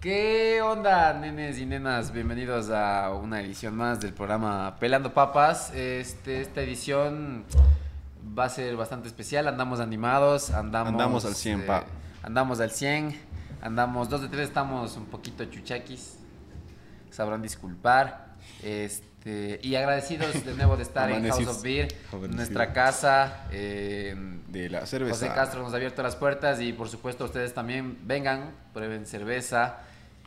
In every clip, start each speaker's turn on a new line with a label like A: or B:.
A: ¿Qué onda, nenes y nenas? Bienvenidos a una edición más del programa Pelando Papas. Este, esta edición va a ser bastante especial. Andamos animados, andamos. eh,
B: Andamos al 100, pa.
A: Andamos al 100, andamos 2 de 3, estamos un poquito chuchaquis. Sabrán disculpar. Este, y agradecidos de nuevo de estar en House
B: Amanecidos.
A: of Beer,
B: Amanecidos.
A: nuestra casa. eh,
B: De la cerveza.
A: José Castro nos ha abierto las puertas y por supuesto ustedes también vengan, prueben cerveza,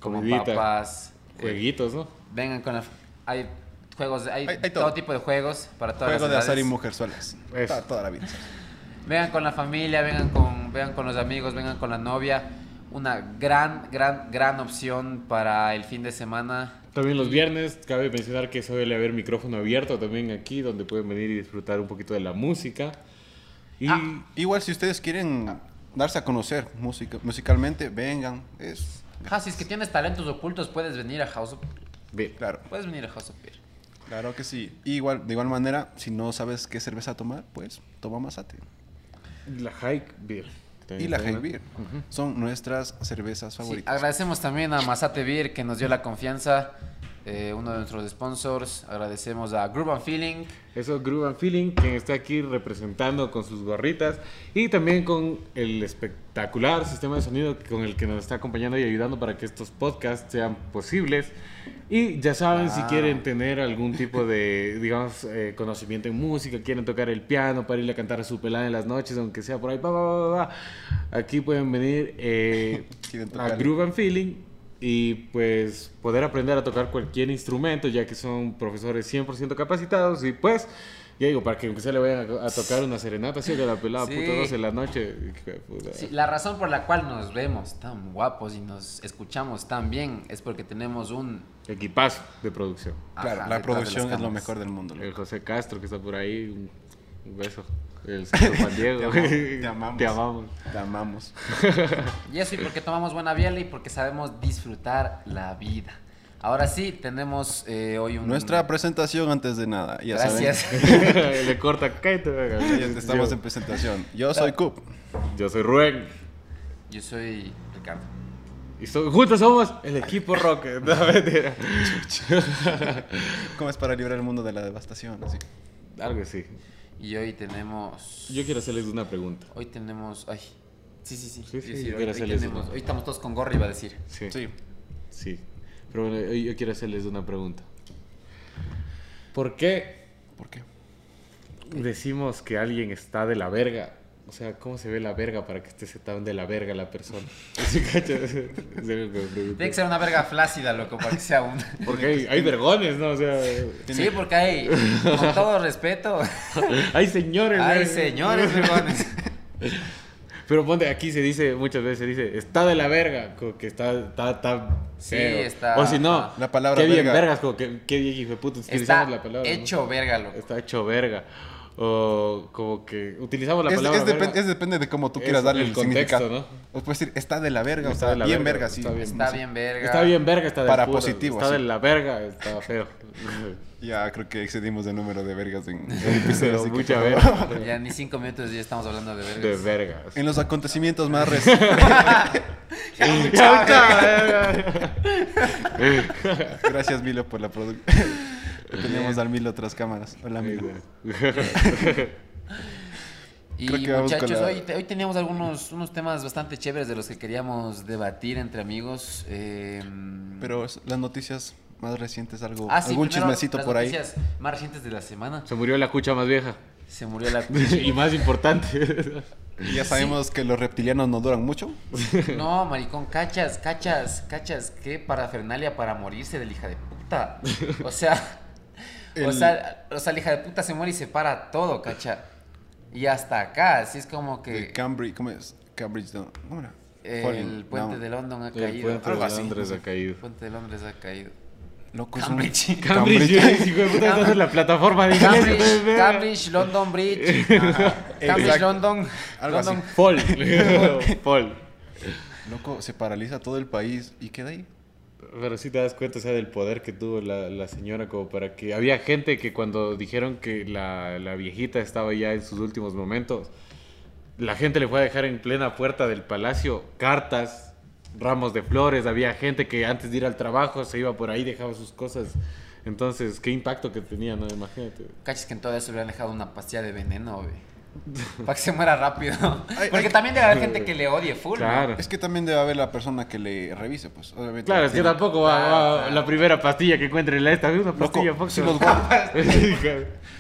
A: como
C: Comidita.
A: papas, eh,
C: Jueguitos, ¿no?
A: vengan con la- hay juegos, hay,
B: Hay- hay
A: todo.
B: todo.
A: tipo de juegos para todas
B: Juego de
A: las
B: azar y
A: edades.
B: mujerzuelas.
C: Eso.
B: Toda, toda la vida.
A: Vengan con la familia, vengan con vengan con los amigos, vengan con la novia, una gran gran gran opción para el fin de semana.
C: También los viernes, cabe mencionar que suele haber micrófono abierto también aquí, donde pueden venir y disfrutar un poquito de la música. Y
A: Ah.
B: Igual si ustedes quieren darse a conocer música, musicalmente, vengan. Es
A: Ah, si es que tienes talentos ocultos puedes venir a House of
C: ve,
B: claro.
A: puedes venir a House of Beer.
B: Claro que sí. Y igual, de igual manera, si no sabes qué cerveza tomar, pues toma masate.
C: la hike beer. que
B: Y
C: también
B: la
C: está buena.
B: High Beer. Son nuestras cervezas
A: Sí, ah,
B: favoritas.
A: agradecemos también a Masate Beer que nos dio la confianza, eh, uno de nuestros sponsors. Agradecemos a Group and Feeling.
C: Eso es Groove and Feeling, quien está aquí representando con sus gorritas y también con el espectacular sistema de sonido con el que nos está acompañando y ayudando para que estos podcasts sean posibles. Y ya saben, si quieren tener algún tipo de, digamos, eh, conocimiento en música, quieren tocar el piano para ir a cantar a su pelada en las noches, aunque sea por ahí, pa, pa, pa, pa, pa, aquí pueden venir eh,
B: Quieren
C: a
B: tocar.
C: Groove and Feeling y pues poder aprender a tocar cualquier instrumento ya que son profesores 100% capacitados y pues ya digo para que aunque sea le vayan a, a tocar una serenata así que la pelada
A: Sí.
C: puta 12 de la noche hijo de puta.
A: Sí, la razón por la cual nos vemos tan guapos y nos escuchamos tan bien es porque tenemos un...
C: equipazo de producción
B: Claro,
A: Ajá,
B: la
A: detrás de
B: producción
A: las Eh.
B: es lo
A: cámaras.
B: mejor del mundo.
C: el José Castro que está por ahí un, un beso el señor Juan Diego
B: Te amamos, te amamos.
C: Te amamos.
B: Te amamos.
A: Y eso y porque tomamos buena biela y porque sabemos disfrutar la vida. Ahora sí, tenemos eh, hoy un...
B: Nuestra presentación antes de nada. Ya saben.
A: Gracias.
C: le corta cállate verga.
B: Ya Estamos en presentación. Yo soy Coop.
C: yo soy Rubén
A: Yo soy Ricardo.
C: y so- juntos somos el equipo Rocket no, mentira.
B: ¿Cómo es para librar el mundo de la devastación? Así.
C: algo así
A: Y hoy tenemos...
C: yo quiero hacerles una pregunta
A: Hoy tenemos... Ay. Sí, sí, sí.
C: Sí,
A: Iba
C: sí,
A: a decir, hoy,
C: quiero
A: hoy
C: hacerles
A: tenemos-
C: una.
A: hoy estamos todos con gorra, iba a decir.
C: Sí. Sí.
B: Sí.
C: Pero bueno, yo, yo quiero hacerles una pregunta. ¿Por qué
B: ¿Por qué?
C: decimos que alguien está de la verga? O sea, ¿cómo se ve la verga para que esté tan de la verga la persona? ¿Sí cachas? Es algo que me pregunto.
A: Tiene que ser una verga flácida, loco, para que sea un...
C: Porque hay, hay vergones, ¿no? O sea,
A: Sí, porque hay, con todo respeto,
C: hay señores.
A: hay
C: verga.
A: señores vergones.
C: Pero ponte, aquí se dice, muchas veces se dice, está de la verga, como que está, está, está
A: Sí,
C: feo.
A: está-
C: O si no,
B: La palabra
C: qué bien
B: verga.
C: vergas, como que qué bien hijo de puta,
A: Está
C: utilizamos la palabra. ¿no?
A: hecho verga, loco.
C: está hecho verga. O como que utilizamos la
B: Es,
C: palabra.
B: es depen-
C: verga.
B: es depende de cómo tú
C: Es
B: quieras darle
C: el
B: el,
C: contexto,
B: significado. O puedes decir, está de la verga,
C: Está
B: o
C: de
B: sea,
C: la
B: bien
C: verga,
B: verga, sí.
C: está bien.
A: Está bien verga.
C: Está bien verga, está de
B: Para
C: putas,
B: positivo,
C: Está de
B: sí.
C: la verga, está feo.
B: Ya creo que excedimos el número de vergas en en el episodio,
C: Pero
B: así que,
C: mucha
B: por favor.
C: verga.
A: Ya ni cinco minutos ya estamos hablando de verga.
C: De verga.
B: En los acontecimientos más recientes.
C: Ya, verga.
B: Gracias, Milo, por la producción. Tenemos al Milo otras cámaras. Hola, Milo.
A: Y
B: Creo que vamos con
A: muchachos,
B: la-
A: hoy, hoy teníamos algunos unos temas bastante chéveres de los que queríamos debatir entre amigos. eh,
B: Pero es- las noticias más recientes, algo,
A: ah, sí,
B: algún
A: primero,
B: chismecito
A: las
B: por ahí.
A: noticias más recientes de la semana.
C: Se murió la cucha más vieja.
A: Se murió la...
C: y más importante.
B: Y ya sabemos que los reptilianos no duran mucho.
A: No, maricón, cachas, cachas, cachas, qué parafernalia para morirse del hija de puta. O sea, o
B: El-
A: sea, o sea, el hija de puta se muere y se para todo, cacha. Y hasta acá, así es como
B: De
A: que
B: Eh, Cambridge, ¿cómo es? Cambridge, no, ¿cómo era?
A: el
B: Falling
A: puente
B: down.
A: de London ha
C: El
A: caído.
C: puente de
B: algo así.
C: Londres ha caído.
A: El puente de Londres ha caído.
B: Loco, es un-
A: Cambridge.
C: Cambridge, hijo de puta, estás en la plataforma de inglés, hijo de
A: Cambridge,
C: verga.
A: Cambridge, London Bridge. Cambridge,
B: Exacto.
A: London.
B: Algo así.
A: London.
C: Paul. Paul.
B: Loco, se paraliza todo el país y queda ahí.
C: Pero sí te das cuenta, o sea, del poder que tuvo la, la señora, como para que... Había gente que cuando dijeron que la, la viejita estaba ya en sus últimos momentos, la gente le fue a dejar en plena puerta del palacio cartas ramos de flores, había gente que antes de ir al trabajo se iba por ahí, dejaba sus cosas. Entonces, qué impacto que tenía, ¿no? Imagínate.
A: Cachas que en todo eso hubieran dejado una pastilla de veneno, güey. Para que se muera rápido.
B: Ay,
A: Porque
B: ay.
A: también debe haber gente que le odie full. güey.
C: Claro.
B: Es que también debe haber la persona que le revise, pues. Obviamente.
C: Claro, es que
B: Tiene-
C: tampoco va,
A: Ah,
C: va
A: claro.
C: la primera pastilla que encuentre la esta, una
B: Loco,
C: pastilla Fox.
B: si los guardias-
C: Hija.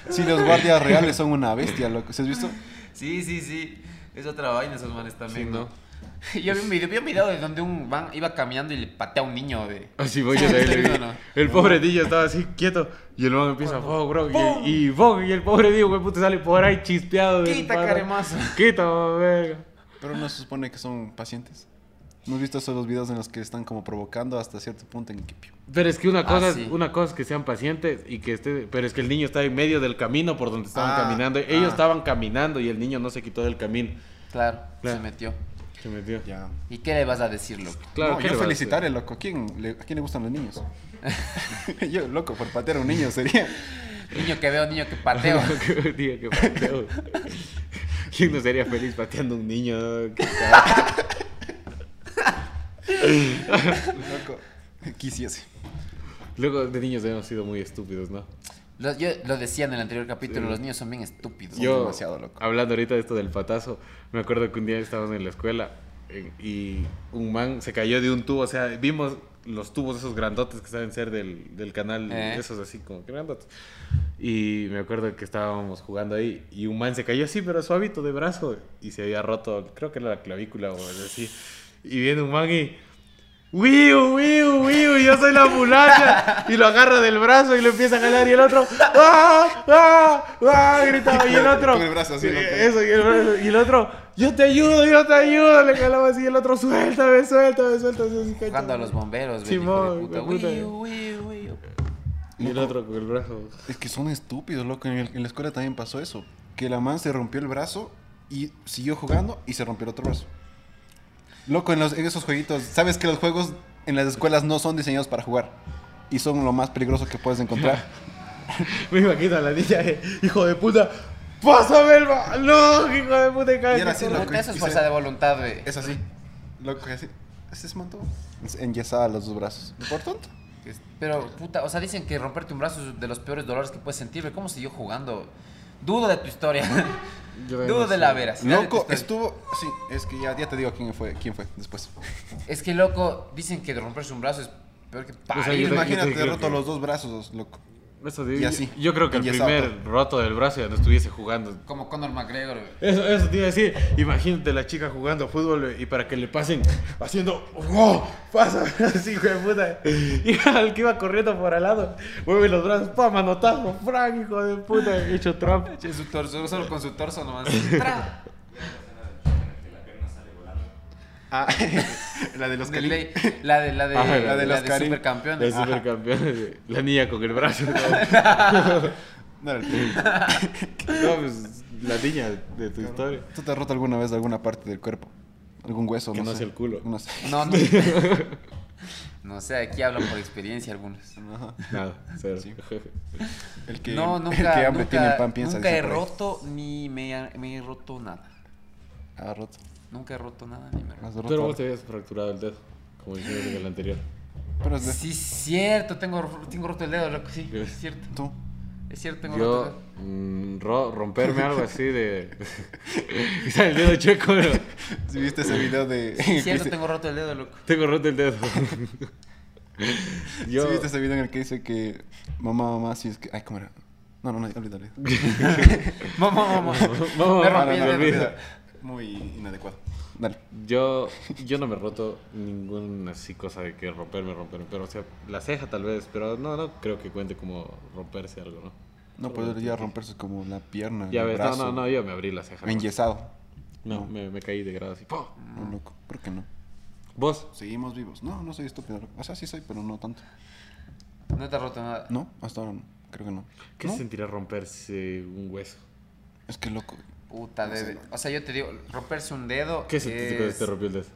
B: Si los guardias reales son una bestia, loco. ¿Se has visto?
A: Sí, sí, sí. Es otra vaina esos manes también,
C: Sí,
A: ¿no? Yo vi un video, vi un video de donde un van iba caminando y le patea a un niño de.
C: Así voy yo de ahí le vi.
A: No, no.
C: El pobre Dillo estaba así quieto y el man empieza "Fog, bro", y, y "Fog", y el pobre Dillo, güey, puto sale por ahí chispeado. del
A: Quita,
C: paro.
A: caremazo.
C: Quita, mamá, verga.
B: Pero no se supone que son pacientes. ¿No has visto esos los videos en los que están como provocando hasta cierto punto en equipo?
C: Pero es que una
A: Ah,
C: cosa, es-
A: sí.
C: una cosa es que sean pacientes y que esté, pero es que el niño está en medio del camino por donde estaban
B: Ah,
C: caminando. Ellos
B: ah.
C: estaban caminando y el niño no se quitó del camino.
A: Claro,
C: Claro.
A: se metió.
C: Se metió.
B: Ya.
A: ¿Y qué le vas a decir, loco?
C: Claro,
B: no,
C: ¿qué le
B: yo
C: vas a
B: felicitaré, loco. ¿A quién, le, a quién le gustan los niños? yo, loco, por patear a un niño sería.
A: Niño que veo, niño que pateo.
C: Qué día que pateo. ¿Quién no sería feliz pateando a un niño? no? Qué
B: Loco, quisiese.
C: Luego de niños hemos sido muy estúpidos, ¿no?
A: Lo, yo lo decía en el anterior capítulo, los niños son bien estúpidos.
C: Yo,
B: demasiado loco.
C: hablando ahorita de esto del patazo, me acuerdo que un día estábamos en la escuela eh, y un man se cayó de un tubo, o sea, vimos los tubos esos grandotes que saben ser del, del canal,
A: Eh.
C: esos así como que grandotes. Y me acuerdo que estábamos jugando ahí y un man se cayó así, pero suavito de brazo y se había roto, creo que era la clavícula o algo así. Y viene un man y... ¡Wiu, wiu, wiu! Yo soy la ambulancia. Y lo agarra del brazo y lo empieza a jalar. Y el otro, ¡ah! ¡ah! ¡ah! Gritaba. Y el otro,
B: Con el brazo así, loco.
C: Eso, y el, brazo- y el otro, ¡yo te ayudo, yo te ayudo! Le jalaba así. Y el otro, ¡suéltame, suéltame, suéltame! Así, cacho.
A: Jugando a los bomberos, güey. hijo
C: Simón,
A: de puta.
C: hijo de puta.
A: Uy, uy, uy.
C: Y el otro con el brazo.
B: Es que son estúpidos, loco. En, el- en la escuela también pasó eso. Que la man se rompió el brazo y siguió jugando y se rompió el otro brazo. Loco, en, los- en esos jueguitos, sabes que los juegos en las escuelas no son diseñados para jugar. Y son lo más peligroso que puedes encontrar.
C: Me imagino a la niña, eh, ¡hijo de puta! ¡Pásame el ba- ¡No, hijo de puta! Y
B: era así, loco.
A: Puta, eso es
B: y
A: fuerza
B: se-
A: de voluntad, güey.
B: es así. Loco, es así. Así se mantuvo. Enyesada los dos brazos. Por tonto.
A: Pero, puta, o sea, dicen que romperte un brazo es de los peores dolores que puedes sentir, güey. ¿Cómo siguió jugando? Dudo de tu historia.
C: Yo no
A: Dudo de
C: sé.
A: la veracidad. de tu
B: Loco,
A: historia.
B: estuvo. Sí, es que ya, ya te digo quién fue, quién fue después.
A: Es que, loco, dicen que romperse un brazo es peor que parir.
C: sea, yo-
B: Pues, Imagínate,
C: creo
B: roto
C: que-
B: los dos brazos, loco.
C: Eso digo,
B: Y
C: yo-
B: así.
C: Yo, creo que el
B: Enyesado.
C: primer roto del brazo ya no estuviese jugando.
A: Como Conor McGregor, güey.
C: Eso, eso te iba a decir. Imagínate la chica jugando fútbol güey, y para que le pasen haciendo. ¡Oh! ¡Pasa! Así, hijo de puta. Y al que iba corriendo por al lado, mueve los brazos. ¡Pa! Manotazo. ¡Frank, hijo de puta! Hecho Trump.
A: Che, su torso, solo con su torso nomás.
B: Ah, la de los
A: De
B: cali-
A: ley, la de la de,
C: Ah,
A: la
C: la
A: de,
C: de
B: los Karim.
A: supercampeones.
C: Los supercampeones. güey. La niña con el brazo. No,
B: No era el primero.
C: No, pues la niña de tu historia.
B: ¿Tú te has roto alguna vez alguna parte del cuerpo? ¿Algún hueso?
C: Que no
B: sé.
C: sea el culo.
B: No sé.
A: Ah, No, no. No sé, aquí hablan por experiencia algunos.
B: Ajá.
C: Nada, cero.
B: Sí. El que,
A: no, nunca,
B: el que hambre
A: nunca,
B: tiene pan piensa.
A: nunca
B: dice
A: he
B: por ahí.
A: roto ni me, ha- me he roto nada.
B: Ah, roto.
A: Nunca he roto nada ni me he roto.
B: Has roto.
C: Pero
B: Pero,
C: vos te habías fracturado el dedo, como dijimos en el anterior.
B: es de...
A: Sí, cierto, tengo, ro- tengo roto el dedo, loco, sí,
C: ¿Qué?
A: es cierto.
B: Tú.
A: Es cierto, tengo roto el
C: Yo
A: dedo.
C: mm, ro- romperme algo así de. y sale el dedo chueco, pero
B: ¿Sí viste ese video de...
A: Sí, cierto, tengo roto el dedo, loco.
C: tengo roto el dedo.
B: Yo...
C: Yo.
B: viste ese video en el que dice que... Mamá, mamá, si es que... Ay, ¿cómo era? No, no, no, olvídalo.
A: Mamá, mamá.
C: Mamá,
A: Me
C: mamá,
A: rompí el
C: me
A: dedo.
C: olvido.
B: Muy inadecuado. Dale.
C: Yo, yo no me he roto ninguna así cosa de que romperme, romperme. Pero, o sea, la ceja tal vez, pero no, no creo que cuente como romperse algo, ¿no?
B: No, pero ya romperse como la pierna,
C: Ya
B: el
C: ves, no,
B: brazo.
C: no, no, yo me abrí la ceja. ¿no?
B: Enyesado.
C: No, me, me caí de grado así. ¡pum!
B: No, loco. ¿Por qué no?
C: ¿Vos?
B: Seguimos vivos. No, no soy estúpido. loco. O sea, sí soy, pero no tanto.
A: No te has roto nada.
B: No, hasta ahora no. Creo que no.
C: ¿Qué
B: ¿No?
C: se sentirá romperse un hueso?
B: Es que loco.
A: Puta, de-
B: sé.
A: o sea, yo te digo, romperse un dedo
C: ¿Qué sentiste cuando
A: es-
C: te rompió el este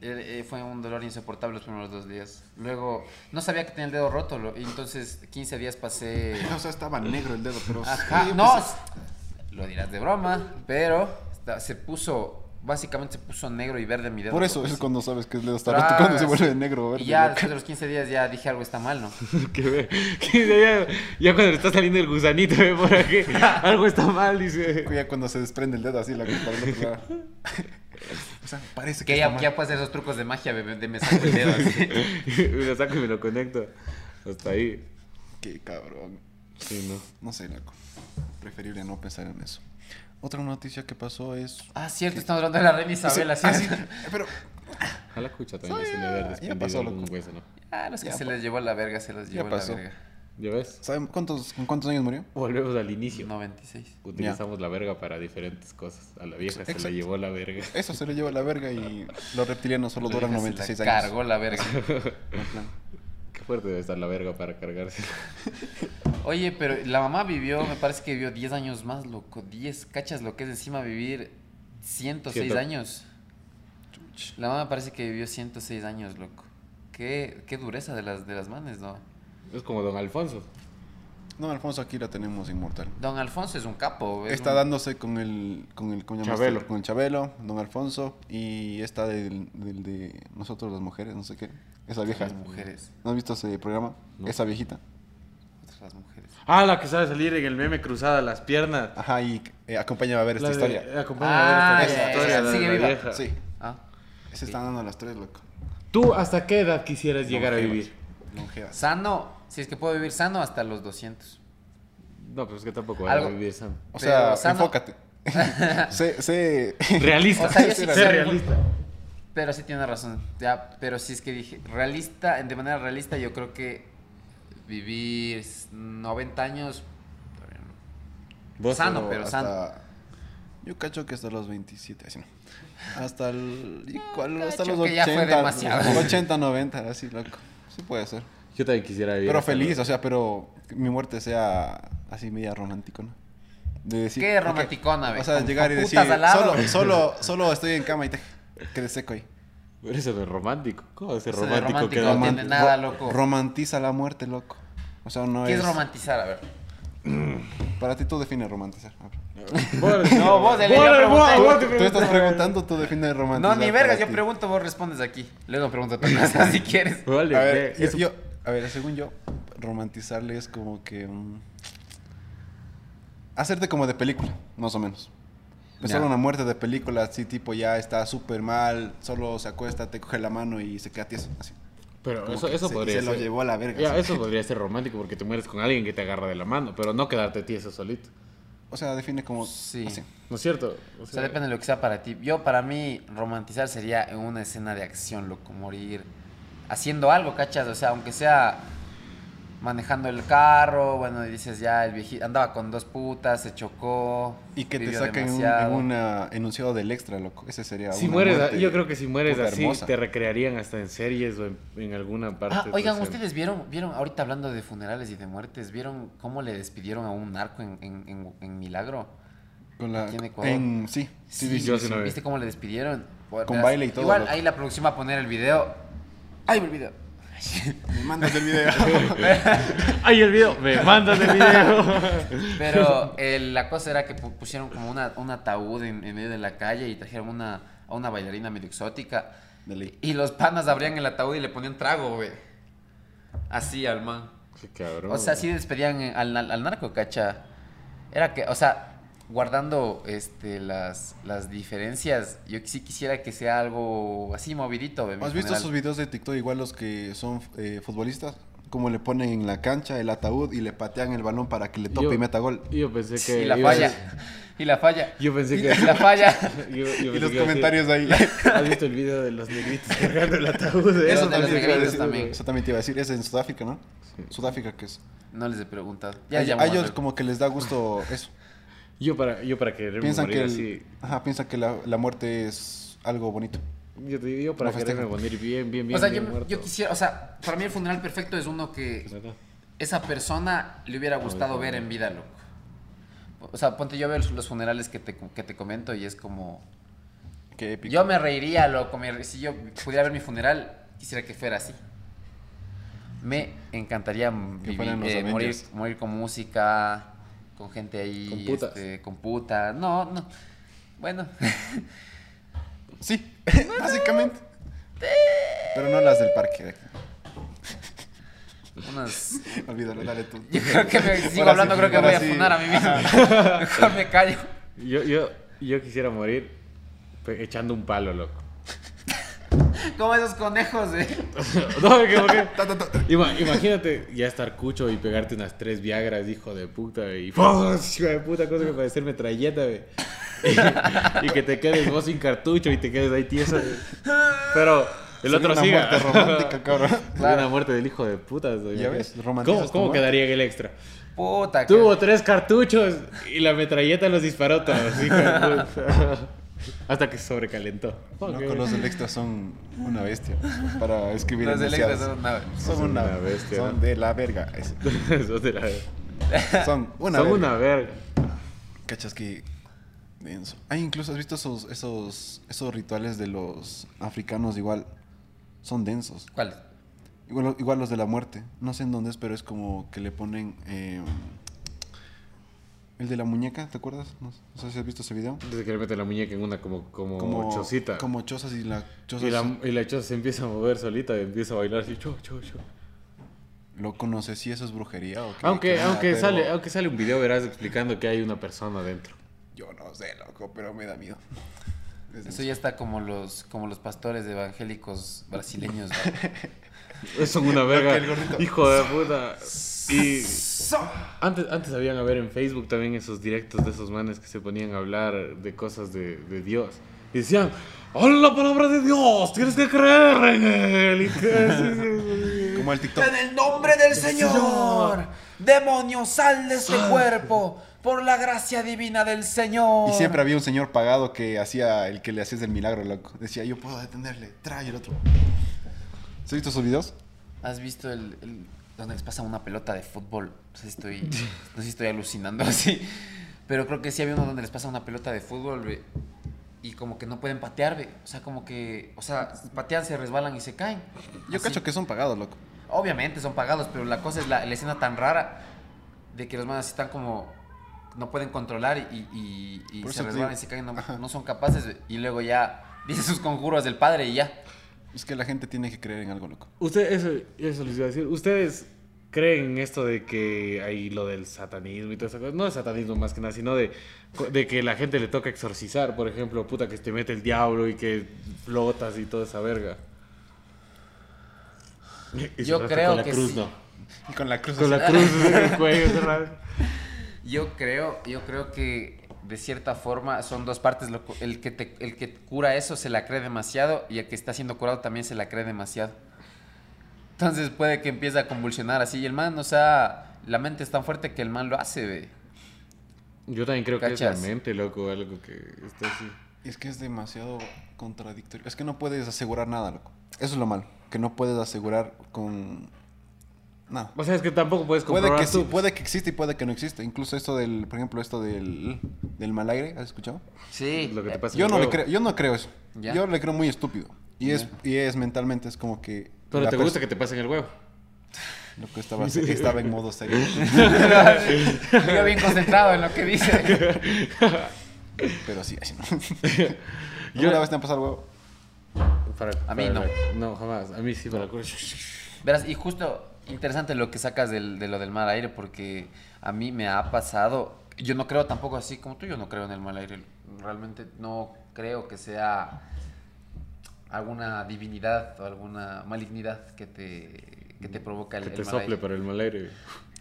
C: dedo?
A: Eh, eh, fue un dolor insoportable los primeros dos días. Luego, no sabía que tenía el dedo roto, lo- y entonces 15 días pasé...
B: O sea, estaba negro el dedo, pero...
A: Ajá,
B: pues, sí,
A: no,
B: pues,
A: s- lo dirás de broma, pero esta- se puso básicamente se puso negro y verde mi dedo.
B: Por eso
A: loco,
B: es
A: así.
B: cuando sabes que le estarás tocando se vuelve negro. Verde,
A: Y Ah, ya
B: loco.
A: después de los 15 días ya dije algo está mal, ¿no?
C: Que ve- que ya, ya- ya cuando le está saliendo el gusanito, ve por aquí. Algo está mal, dice.
B: Ya cuando se desprende el dedo así, la para el otro lado. O sea, parece que
A: Que
B: está
A: ya,
B: mal.
A: ya puedes hacer esos trucos de magia, bebé, de me saco el dedo así.
C: me lo saco y me lo conecto. Hasta ahí.
B: Qué cabrón.
C: Sí, no.
B: No sé, loco. Preferible no pensar en eso. Otra noticia que pasó es...
A: Ah, cierto, estamos hablando de la reina Isabel, así
B: Ah,
A: es.
B: sí, Pero
C: A la cucha también
B: Soy-
C: se le había
B: ya
C: desprendido
B: pasó,
C: algún
B: loco.
C: hueso, ¿no?
A: Ah, los que
B: Ya
A: se
B: pa-
A: les llevó a la verga, se los
B: ya
A: llevó a
B: pasó.
A: la verga.
C: ¿Ya ves?
B: ¿saben cuántos, con cuántos años murió?
C: Volvemos al inicio.
A: 96.
C: Utilizamos la verga para diferentes cosas. A la vieja se
B: Exacto.
C: la llevó la verga.
B: Eso se lo lleva la verga y los reptilianos solo
A: La
B: duran
A: vieja se
B: 96
A: la
B: años.
A: Cargó la verga.
B: En plan,
C: Qué fuerte debe estar la verga para cargarse.
A: Oye, pero la mamá vivió, me parece que vivió 10 años más, loco. 10, cachas lo que es encima vivir 106
C: Ciento.
A: años. La mamá parece que vivió 106 años, loco. Qué, qué dureza de las, de las manes, ¿no?
C: Es como Don Alfonso.
B: No, Alfonso aquí la tenemos inmortal.
A: Don Alfonso es un capo. es
B: Está
A: un-
B: dándose con el, con el, ¿cómo llamas?
C: Chabelo.
B: Con el Chabelo, Don Alfonso y esta del, del de nosotros las mujeres, no sé qué. Esa vieja.
A: Las mujeres.
B: ¿No has visto ese programa?
C: No.
B: Esa viejita.
A: Las mujeres.
C: Ah, la que sabe salir en el meme cruzada las piernas.
B: Ajá, y eh, acompáñame a ver esta
C: La de-
B: historia.
C: acompáñame a ver
A: Ah,
C: esta
A: ya, ya,
C: historia
A: ya,
C: de
A: sigue
C: la
A: viva.
C: vieja.
B: Sí,
A: Ah,
B: se están dando las tres, loco.
C: ¿Tú hasta qué edad quisieras llegar a
B: Longevas.
C: vivir?
B: Longevas.
A: sano, si es que puedo vivir sano hasta los 200.
C: No, pues es que tampoco vas a
A: Algo-
C: vivir sano.
B: O sea,
A: Pero sano.
B: enfócate. sé, sé...
C: Realista.
A: O sea, yo sí
C: sé
A: soy-
C: realista.
A: Pero sí tiene razón. Ya, pero sí es que dije, realista, de manera realista, yo creo que vivir 90 años. todavía no. Sano, pero sano.
B: hasta- Yo cacho que hasta los 27, así no. Hasta, el, y cual- hasta
A: cacho
B: los
A: que ya
B: 80,
A: fue demasiado.
B: 80, 90, así, loco. Sí puede ser.
C: Yo también quisiera vivir.
B: Pero
C: hasta
B: feliz,
C: los-
B: o sea, pero que mi muerte sea así media romántico, ¿no? De decir,
A: Qué
B: ok,
A: romanticona, ve,
B: O sea,
A: con
B: llegar y
A: putas
B: decir,
A: al lado.
B: solo, solo, solo estoy en cama y te quedé seco ahí.
C: Pero eso no es romántico. ¿Cómo va a ser
A: Eso de
C: romántico,
A: romántico
C: que
A: no
C: romántico
A: tiene
B: Roman-
A: nada,
B: ro-
A: loco.
B: Romantiza la muerte, loco. O sea, no
A: ¿Qué
B: es...
A: es romantizar? A ver.
B: Para ti tú defines romantizar. A ver.
A: No, vos, Ele, yo pregunté.
B: Tú,
A: vos
B: tú estás preguntando, tú defines romantizar.
A: No, ni
B: verga,
A: vergas, yo pregunto, vos respondes aquí. Luego pregunto otra cosa si quieres.
C: Vale,
B: A ver,
C: ve,
B: yo-
C: eso-
B: yo- a ver, según yo, romantizarle es como que... mm, hacerte como de película, más o menos. Pensar
A: Ya.
B: una muerte de película, así tipo ya está súper mal, solo se acuesta, te coge la mano y se queda tieso, así.
C: Pero
B: Como
C: eso,
B: que
C: eso
B: se,
C: podría
B: se lo
C: ser-
B: llevó a la verga.
C: Ya,
B: así.
C: eso podría ser romántico porque te mueres con alguien que te agarra de la mano, pero no quedarte tieso solito.
B: O sea, define como...
A: Sí.
B: así.
C: ¿No es cierto?
A: O sea, depende de lo que sea para ti. Yo, para mí, romantizar sería en una escena de acción, loco, morir haciendo algo, ¿cachas? O sea, aunque sea manejando el carro, bueno, y dices ya, el viejito andaba con dos putas, se chocó.
B: Y que te
A: vivió
B: saquen un, en
A: demasiado.
B: una enunciado del extra, loco. Ese sería
C: Si
B: una
C: mueres,
B: muerte
C: yo creo que si mueres
B: puta
C: así,
B: hermosa.
C: te recrearían hasta en series o en, en alguna parte. pues,
A: Ah, oigan,
C: entonces-
A: ustedes vieron, vieron, ahorita hablando de funerales y de muertes, ¿vieron cómo le despidieron a un narco en, en- en- en Milagro?
B: Con la-
A: aquí en Ecuador.
B: en- sí, sí, sí,
C: yo sí lo vi.
A: ¿Viste cómo le despidieron? Bueno,
B: Con
A: verás,
B: baile y todo,
A: Igual,
B: loco.
A: ahí la producción va a poner el video. ¡Ay, me olvidó!
B: Me mandas el video.
C: ¡Ay, el video! ¡Me mandan el video!
A: Pero eh, la cosa era que pu- pusieron como una, un ataúd en, en medio de la calle y trajeron una, a una bailarina medio exótica.
B: De ley.
A: Y los panas abrían el ataúd y le ponían trago, güey. Así al man.
C: Qué cabrón.
A: O sea, sí despedían eh, al, al- al narco, cacha. Era que, o sea, guardando este, las, las diferencias, yo sí quisiera que sea algo así movidito, güey. mi
B: ¿Has visto
A: funeral.
B: esos videos de TikTok igual los que son eh, futbolistas? Como le ponen en la cancha el ataúd y le patean el balón para que le tope
C: Yo-
B: y meta gol.
C: Yo pensé que.
A: Y la
C: iba a
A: falla.
C: decir-
A: Y la falla.
C: Yo pensé
A: Y
C: que.
A: la falla.
C: yo- yo pensé
B: Y
C: que
B: los
C: iba a
B: comentarios ahí.
C: decir, ¿Has visto el video de los negritos cargando el ataúd? eh?"
A: Eso
B: Eso
A: de los
B: también, te iba a
A: negritos
B: decir,
A: también.
B: eso también te iba a decir. Es en Sudáfrica, ¿no? Sudáfrica que es.
A: No les he preguntado.
B: a,
A: Ya
B: a
A: llamó al
B: ellos
A: narco.
B: como que les da gusto eso.
C: Yo para, yo para quererme
B: Piensan
C: morir
B: que, el-
C: así.
B: ajá, piensan que la, la muerte es algo bonito.
C: Yo, te digo, yo para
B: No
C: quererme
B: festejan.
C: morir bien, bien, bien.
A: O sea,
C: bien
A: yo,
C: muerto.
A: yo quisiera, o sea, para mí el funeral perfecto es uno que esa persona le hubiera gustado ver en vida, loco. O sea, ponte, yo veo los los funerales que te, que te comento y es como...
B: Qué épico.
A: Yo me reiría, loco. me re- si yo pudiera ver mi funeral, quisiera que fuera así. Me encantaría vivir,
B: fueran los
A: eh, morir,
B: Avengers.
A: morir con música, con gente ahí,
C: Con putas.
A: este, con puta. No, no. Bueno,
B: Sí, básicamente. Pero no las del parque. eh. de aquí.
A: Unas...
B: Olvídalo, dale tú.
A: Yo creo que me sigo
B: Ahora
A: hablando,
B: sí,
A: creo que
B: ahora
A: voy a
B: sí.
A: funar a mí
B: Ajá.
A: mismo. Mejor me callo.
C: Yo, yo, yo quisiera morir pe- echando un palo, loco.
A: Como esos conejos, eh.
C: No, porque- porque-
B: Ta, ta, ta.
C: Ima- imagínate ya estar cucho y pegarte unas tres viagras, hijo de puta, güey. Y ¡fos! hijo de puta, cosa que parecer metralleta, güey. Y, que te quedes vos sin cartucho y te quedes ahí tieso. güey. Pero el
B: Sería
C: otro
B: una
C: siga.
B: muerte romántica, cabrón.
C: Sería Una muerte del hijo de puta. güey.
B: Ya ves, romantizas
C: ¿Cómo,
B: tu
C: cómo
B: muerte.
C: quedaría en el extra?
A: Puta. que-
C: Tuvo tres cartuchos y la metralleta los disparó todos, hijo de puta. Hasta que sobrecalentó.
B: Loco, los del extra son una bestia para escribir
A: Los del extra son
B: enunciados.
A: una-
B: Son una, bestia. Son de la verga. eso.
C: Eso te la-
B: Son una
C: Son
B: verga.
C: una verga.
B: Cachas que denso. Hay incluso, ¿has visto esos, esos, esos rituales de los africanos igual? Son densos.
A: ¿Cuál?
B: Igual, igual los de la muerte. No sé en dónde es, pero es como que le ponen... eh, el de la muñeca, ¿te acuerdas? No, no sé si has visto ese video.
C: Entonces que le mete la muñeca en una como, como, chocita.
B: Como chozas y la choza...
C: y, la, y la choza se empieza a mover solita y empieza a bailar así, cho, cho, cho.
B: Loco, no sé si eso es brujería o qué.
C: Aunque,
B: qué onda,
C: aunque,
B: pero-
C: sale, aunque sale un video, verás, explicando que hay una persona dentro.
B: Yo no sé, loco, pero me da miedo. Es
A: Eso ya está como los, como los pastores evangélicos brasileños. ¿no?
C: Son una verga.
B: el gordito.
C: Hijo de puta. Y
B: denso.
C: antes, antes habían a ver en Facebook también esos directos de esos manes que se ponían a hablar de cosas de, de Dios. Y decían, ¡Oh, la palabra de Dios! ¡Tienes que creer en él! Y que-
B: Como el TikTok.
A: el nombre del
C: Señor.
A: demonio, sal de este cuerpo, por la gracia divina del Señor.
B: Y siempre había un señor pagado que hacía el que le hacías el milagro, loco. Decía, yo puedo detenerle, trae el otro. ¿Has visto esos videos?
A: ¿Has visto el, el- donde les pasa una pelota de fútbol? No sé, si estoy, no sé si estoy alucinando así. Pero creo que sí había uno donde les pasa una pelota de fútbol, ve, Y como que no pueden patear, ve. O sea, como que. O sea, patean, se resbalan y se caen.
B: Yo
A: Así.
B: cacho que son pagados, loco.
A: Obviamente son pagados, pero la cosa es la, la escena tan rara de que los manos están como. No pueden controlar y, y- y
B: Por
A: se
B: eso te
A: resbalan y
B: digo.
A: se caen, no,
B: Ajá.
A: no son capaces. ve, Y luego ya dice sus conjuros del padre y ya.
B: Es que la gente tiene que creer en algo, loco.
C: Usted, eso, eso les iba a decir. ¿Ustedes creen en esto de que hay lo del satanismo y todas esas cosas? No de satanismo más que nada, sino de, de que la gente le toca exorcizar, por ejemplo, puta, que te mete el diablo y que flotas y toda esa verga. Y
A: Yo
C: cerraste
A: creo
C: con la
A: que
C: cruz,
A: sí.
C: no.
B: Y con la cruz.
C: Con la cruz en el cuello cerrado.
A: Yo creo, yo creo que de cierta forma son dos partes. loco. el, que te- el que cura eso se la cree demasiado y el que está siendo curado también se la cree demasiado. Entonces puede que empiece a convulsionar así. Y el man, o sea, la mente es tan fuerte que el man lo hace, ve.
C: Yo también creo que es
A: ¿Cachas?
C: la mente, loco, algo que está así.
B: Es que es demasiado contradictorio. Es que no puedes asegurar nada, loco. Eso es lo malo. Que no puedes asegurar con... Nada.
C: O sea, es que tampoco puedes comprobar
B: Puede que, sí,
C: tú.
B: puede que existe y puede que no existe. Incluso esto del, por ejemplo, esto del, del mal aire, ¿has escuchado?
A: Sí.
C: Lo que te pasa en
B: Yo
C: el
B: no le
C: huevo.
B: creo, yo no creo eso.
A: Ya.
B: Yo le creo muy estúpido. Y es, y es mentalmente, es como que.
C: Pero
B: la
C: te
B: pers-
C: gusta que te pasen el huevo.
B: Lo que estaba, estaba en modo serio.
A: Yo bien concentrado en lo que dice.
B: Pero sí, así no. ¿Alguna vez te han pasado huevo?
C: Para-
A: A mí
C: para
A: no.
C: la- No, jamás. A mí sí, para la cruz.
A: Verás, y justo interesante lo que sacas del- de lo del mal aire, porque a mí me ha pasado. Yo no creo tampoco así como tú, yo no creo en el mal aire. Realmente no creo que sea alguna divinidad o alguna malignidad que te, que te provoca el,
C: Que
A: el
C: te
A: mal
C: sople
A: aire.
C: para el mal aire.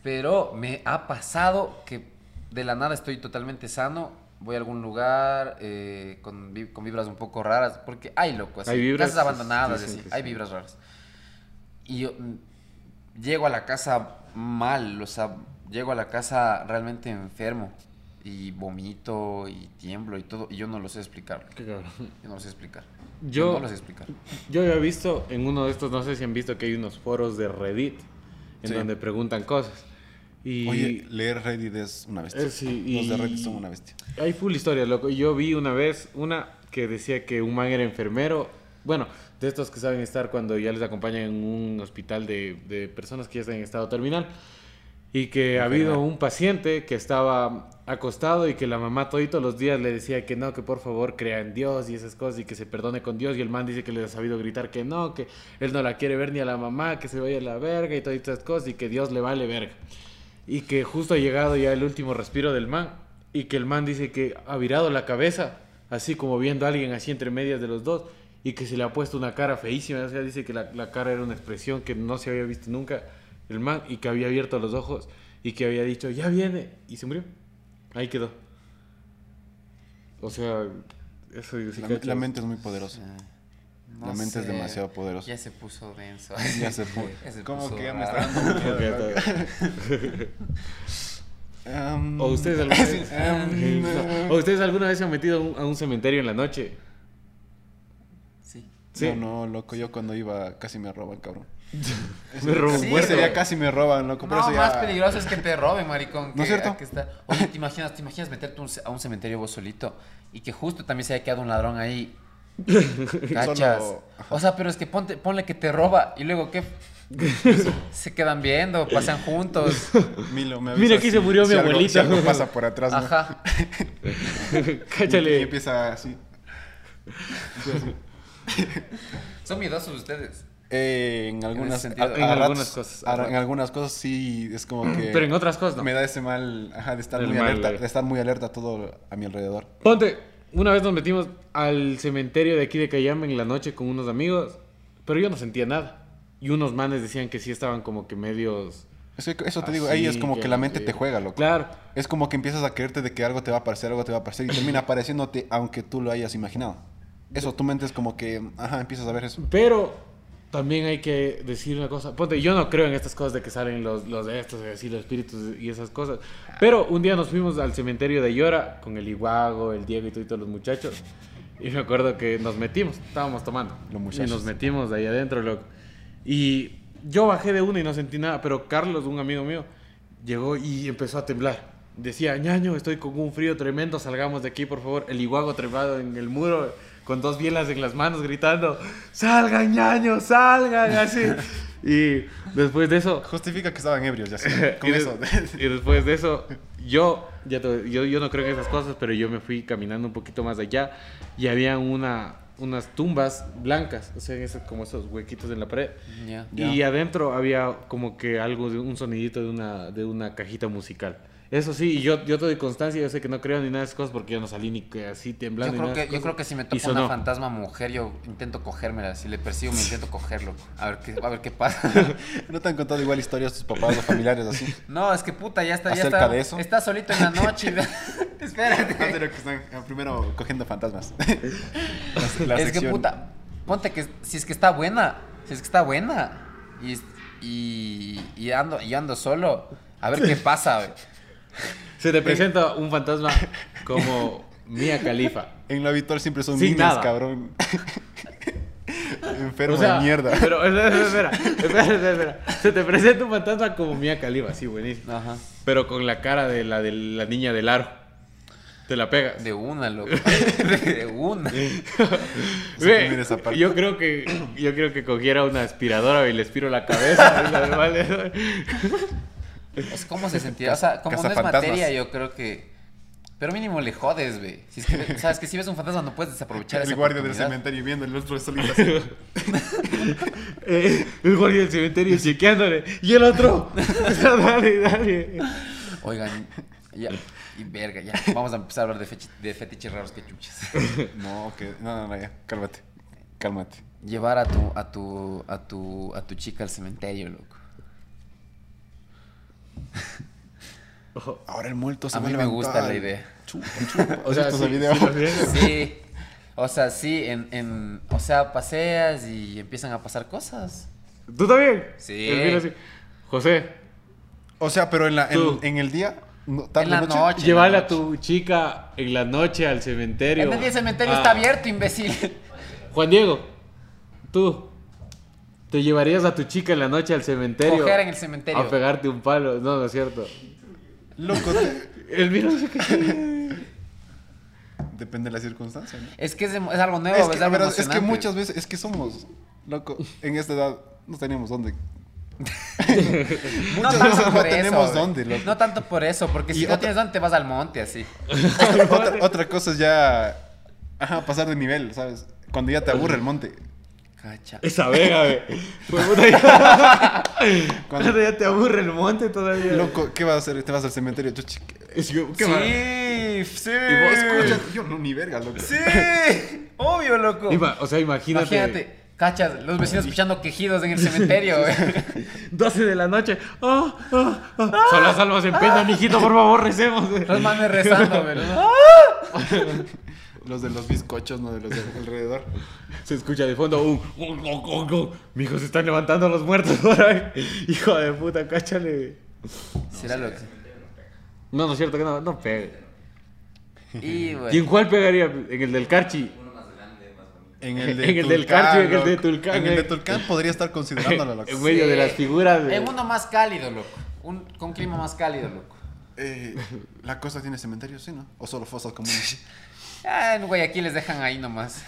A: Pero me ha pasado que de la nada estoy totalmente sano. Voy a algún lugar eh, con, vi- con vibras un poco raras. Porque hay loco, así.
C: Hay vibras,
A: casas abandonadas,
C: dicen
A: así,
C: que
A: Hay
C: sí.
A: vibras raras. Y yo mm, llego a la casa mal, o sea, llego a la casa realmente enfermo. Y vomito y tiemblo y todo. Y yo no lo sé explicar.
C: Qué cabrón.
A: Yo no lo sé explicar.
C: Yo-
A: no lo sé explicar.
C: Yo había visto en uno de estos, no sé si han visto que hay unos foros de Reddit en
B: Sí.
C: donde preguntan cosas. Y
B: Oye, leer Reddit es una bestia.
C: Eh, sí, y-
B: Los de Reddit son una bestia.
C: hay full historia, loco. Yo vi una vez una que decía que un man era enfermero. Bueno, de estos que saben estar cuando ya les acompañan en un hospital de, de personas que ya están en estado terminal. Y que ha habido un paciente que estaba acostado y que la mamá todito los días le decía que no, que por favor crea en Dios y esas cosas y que se perdone con Dios y el man dice que le ha sabido gritar que no, que él no la quiere ver ni a la mamá, que se vaya a la verga y todas estas cosas y que Dios le vale verga. Y que justo ha llegado ya el último respiro del man y que el man dice que ha virado la cabeza, así como viendo a alguien así entre medias de los dos y que se le ha puesto una cara feísima, o sea, dice que la, la cara era una expresión que no se había visto nunca el man y que había abierto los ojos y que había dicho, ya viene, y se murió. Ahí quedó. O sea, eso sí
B: La,
C: cachas.
B: la mente es muy poderosa.
A: Ah,
B: la mente es demasiado poderosa.
A: Ya se puso denso.
B: Ya se fue.
A: puso raro.
B: dando miedo,
C: Ok,
B: loco.
C: está bien.
B: Um, Em,
C: ¿O ustedes, alguna vez,
B: um,
C: ¿O ustedes alguna vez se han metido a un, a un cementerio en la noche?
A: Sí.
C: Sí.
B: No, no, loco, yo cuando iba casi me roban, cabrón.
C: Me robó un
A: Sí,
C: muerto.
B: Ese día casi me roban, loco. por
A: No,
B: eso ya-
A: más peligroso es que te roben, maricón.
B: ¿No
A: que-
B: es cierto?
A: que está- Oye, ¿te imaginas, ¿te imaginas meterte un- a un cementerio vos solito? Y que justo también se haya quedado un ladrón ahí. ¿Cachas?
B: Solo-
A: O sea, pero es que ponte, ponle que te roba y luego ¿qué? se quedan viendo, pasan juntos.
B: Milo, me avisas
C: Mira, aquí se murió mi
B: algo-
C: abuelita.
B: si algo pasa por atrás, ¿no?
A: Ajá.
B: Y
C: Cáchale.
B: empieza así.
A: Son miedosos ustedes.
B: Eh, en algunas,
A: sentido.
B: a- a
C: En algunas
B: ratos-
C: cosas,
B: a-
C: ajá.
B: en algunas cosas sí es como que
C: Pero en otras cosas no.
B: me da ese mal ajá, de estar
C: El
B: muy
C: mal,
B: alerta,
C: eh.
B: de estar muy alerta a todo a mi alrededor.
C: Ponte, una vez nos metimos al cementerio de aquí de Cayama en la noche con unos amigos, pero yo no sentía nada. Y unos manes decían que sí estaban como que medios...
B: Es que eso te digo,
C: así,
B: ahí es como que la mente
C: Ah, sí.
B: te juega, loco.
C: Claro.
B: Es como que empiezas a creerte de que algo te va a aparecer, algo te va a aparecer y termina apareciéndote aunque tú lo hayas imaginado. Eso, tu mente es como que, ajá, empiezas a ver eso.
C: Pero también hay que decir una cosa. Ponte, yo no creo en estas cosas de que salen los, los de estos, y así los espíritus y esas cosas. Pero un día nos fuimos al cementerio de Llora con el Iguago, el Diego y todo- y todos los muchachos. Y me acuerdo que nos metimos, estábamos tomando.
B: Los
C: y
B: muchachos.
C: nos metimos de ahí adentro, loco. Y yo bajé de una y no sentí nada, pero Carlos, un amigo mío, llegó y empezó a temblar. Decía, ñaño, estoy con un frío tremendo, salgamos de aquí, por favor. El iguago trepado en el muro, con dos bielas en las manos, gritando, salgan, ñaño, salgan, así. y después de eso,
B: Justifica que estaban ebrios, ya sé.
C: y, des- y después de eso, yo, ya te- yo, yo no creo en esas cosas, pero yo me fui caminando un poquito más allá y había una, unas tumbas blancas, o sea, esos- como esos huequitos en la pared.
A: Ya.
C: Y adentro había como que algo, de un sonidito de una, de una cajita musical. Eso sí, y yo, yo te doy constancia, yo sé que no creo ni nada de esas cosas porque yo no salí ni que así
A: Yo
C: temblando. ni
A: creo,
C: nada
A: que,
C: de esas
A: yo creo que
C: cosas.
A: si me
C: Y
A: toca
C: sonó.
A: una fantasma mujer, yo intento cogérmela. Si le persigo, me intento cogerlo. A ver qué, a ver qué pasa.
B: ¿No te han contado igual historias tus papás o familiares así?
A: No, es que puta, ya está. Ya
B: ¿Acerca
A: está,
B: de eso?
A: está solito en la noche. y- Espérate.
B: Antes de que están eh, primero cogiendo fantasmas. La- la
A: es que
B: sección.
A: puta, ponte que si es que está buena, si es que está buena y, es- y, y ando, y ando solo, a ver qué pasa, güey.
C: Se te presenta un fantasma como Mía Califa.
B: En lo habitual siempre son
C: Sin
B: niños,
C: nada.
B: cabrón. Enfermo
C: O sea,
B: de mierda.
C: Pero, espera, espera, espera, espera, espera. Se te presenta un fantasma como Mía Califa, sí, buenísimo.
A: Ajá.
C: Pero con la cara de la de la niña del aro. Te la pegas.
A: De una, loco. De una.
C: Ve,
B: mira esa parte.
C: yo creo que yo creo que cogiera una aspiradora y le aspiro la cabeza. y la de- vale.
A: Es como se sentirá. O sea, como no es
B: Cazafantasmas.
A: materia, yo creo que. Pero mínimo le jodes, güey. Si es que, sabes que si ves un fantasma no puedes desaprovechar esa
B: el guardia del
A: oportunidad.
B: cementerio viendo el otro solito así.
C: Eh, el guardia del cementerio chequeándole. Y el otro. dale, dale.
A: Oigan, ya. Y verga, ya. Vamos a empezar a hablar de, fechi- de fetiches raros que chuches.
B: No, que no, no, no, ya, cálmate. Cálmate.
A: Llevar a tu, a tu, a tu, a tu chica al cementerio, loco.
B: Ahora el muerto se
A: A
B: va
A: mí me
B: levantar.
A: gusta la idea.
B: Chupa, chupa.
C: O sea,
B: Esto es
C: sí,
B: el video.
C: sí lo vieron.
A: Sí. O sea, sí, en, en, o sea, paseas y empiezan a pasar cosas.
C: ¿Tú también?
A: Sí.
C: El vino así. José,
B: O sea, pero en, la, en,
C: Tú.
B: en el día, no, tarde,
A: En la
B: noche.
A: noche.
C: llévale a tu chica en la noche al cementerio.
A: El cementerio
C: Ah,
A: está abierto, imbécil.
C: Juan Diego, tú. ¿Te llevarías a tu chica en la noche al cementerio?
A: Coger en el cementerio.
C: A pegarte un palo. No, no es cierto.
B: Loco, te-
C: El vino se
B: depende de la circunstancia. ¿no?
A: Es que es, dem- es algo nuevo,
B: Es
A: es,
B: que,
A: algo
B: verás, es que
A: emocionante.
B: muchas veces, es que somos, loco, en esta edad no teníamos dónde
A: No
B: Muchas
A: tanto
B: veces no
A: por eso.
B: tenemos
A: güey.
B: dónde, loco.
A: No tanto por eso, porque si
B: Y
A: no
B: otra-
A: tienes dónde te vas al monte así.
B: otra, otra cosa es ya ajá, pasar de nivel, ¿sabes? Cuando ya te aburre el monte.
A: Cacha.
C: Esa vega, ve. Pues, puta, ya-
B: Cuando-
C: ya te aburre el monte todavía.
B: Loco, ¿qué vas a hacer? Te vas al cementerio. chuchi, ¿qué-
C: Es que, ¿qué va?
A: Sí, sí.
B: Y
C: Eh.
B: vos escuchas, yo no ni verga, loco.
A: Sí, obvio, loco.
C: Ima- o sea, imagínate.
A: Imagínate, cachas, los vecinos escuchando quejidos en el cementerio, güey.
C: 12 de la noche. Ah, ah, ah. Son las almas en pena, mijito, por favor, recemos.
A: Los manes rezando, güey. ¿no?
B: Los de los bizcochos, no de los de alrededor.
C: Se escucha de fondo un. un- un- un- un. Mijo, se están levantando los muertos por ahí. Hijo de puta, cáchale.
A: Será loco.
C: No, no es cierto que no, no pegue.
A: Y, güey.
C: ¿Y en cuál pegaría? En el del Carchi.
B: En el,
C: En el del Carchi, en el de
B: loco.
C: Tulcán, eh.
B: En el de
C: güey.
B: Tulcán podría estar considerándolo, loco.
C: En medio de las figuras. de-
A: En uno más cálido, loco. Un, con clima más cálido, loco.
B: Eh, ¿La costa tiene cementerio, sí, no? ¿O solo fosas comunes?
A: Ah, en Guayaquil les dejan ahí nomás.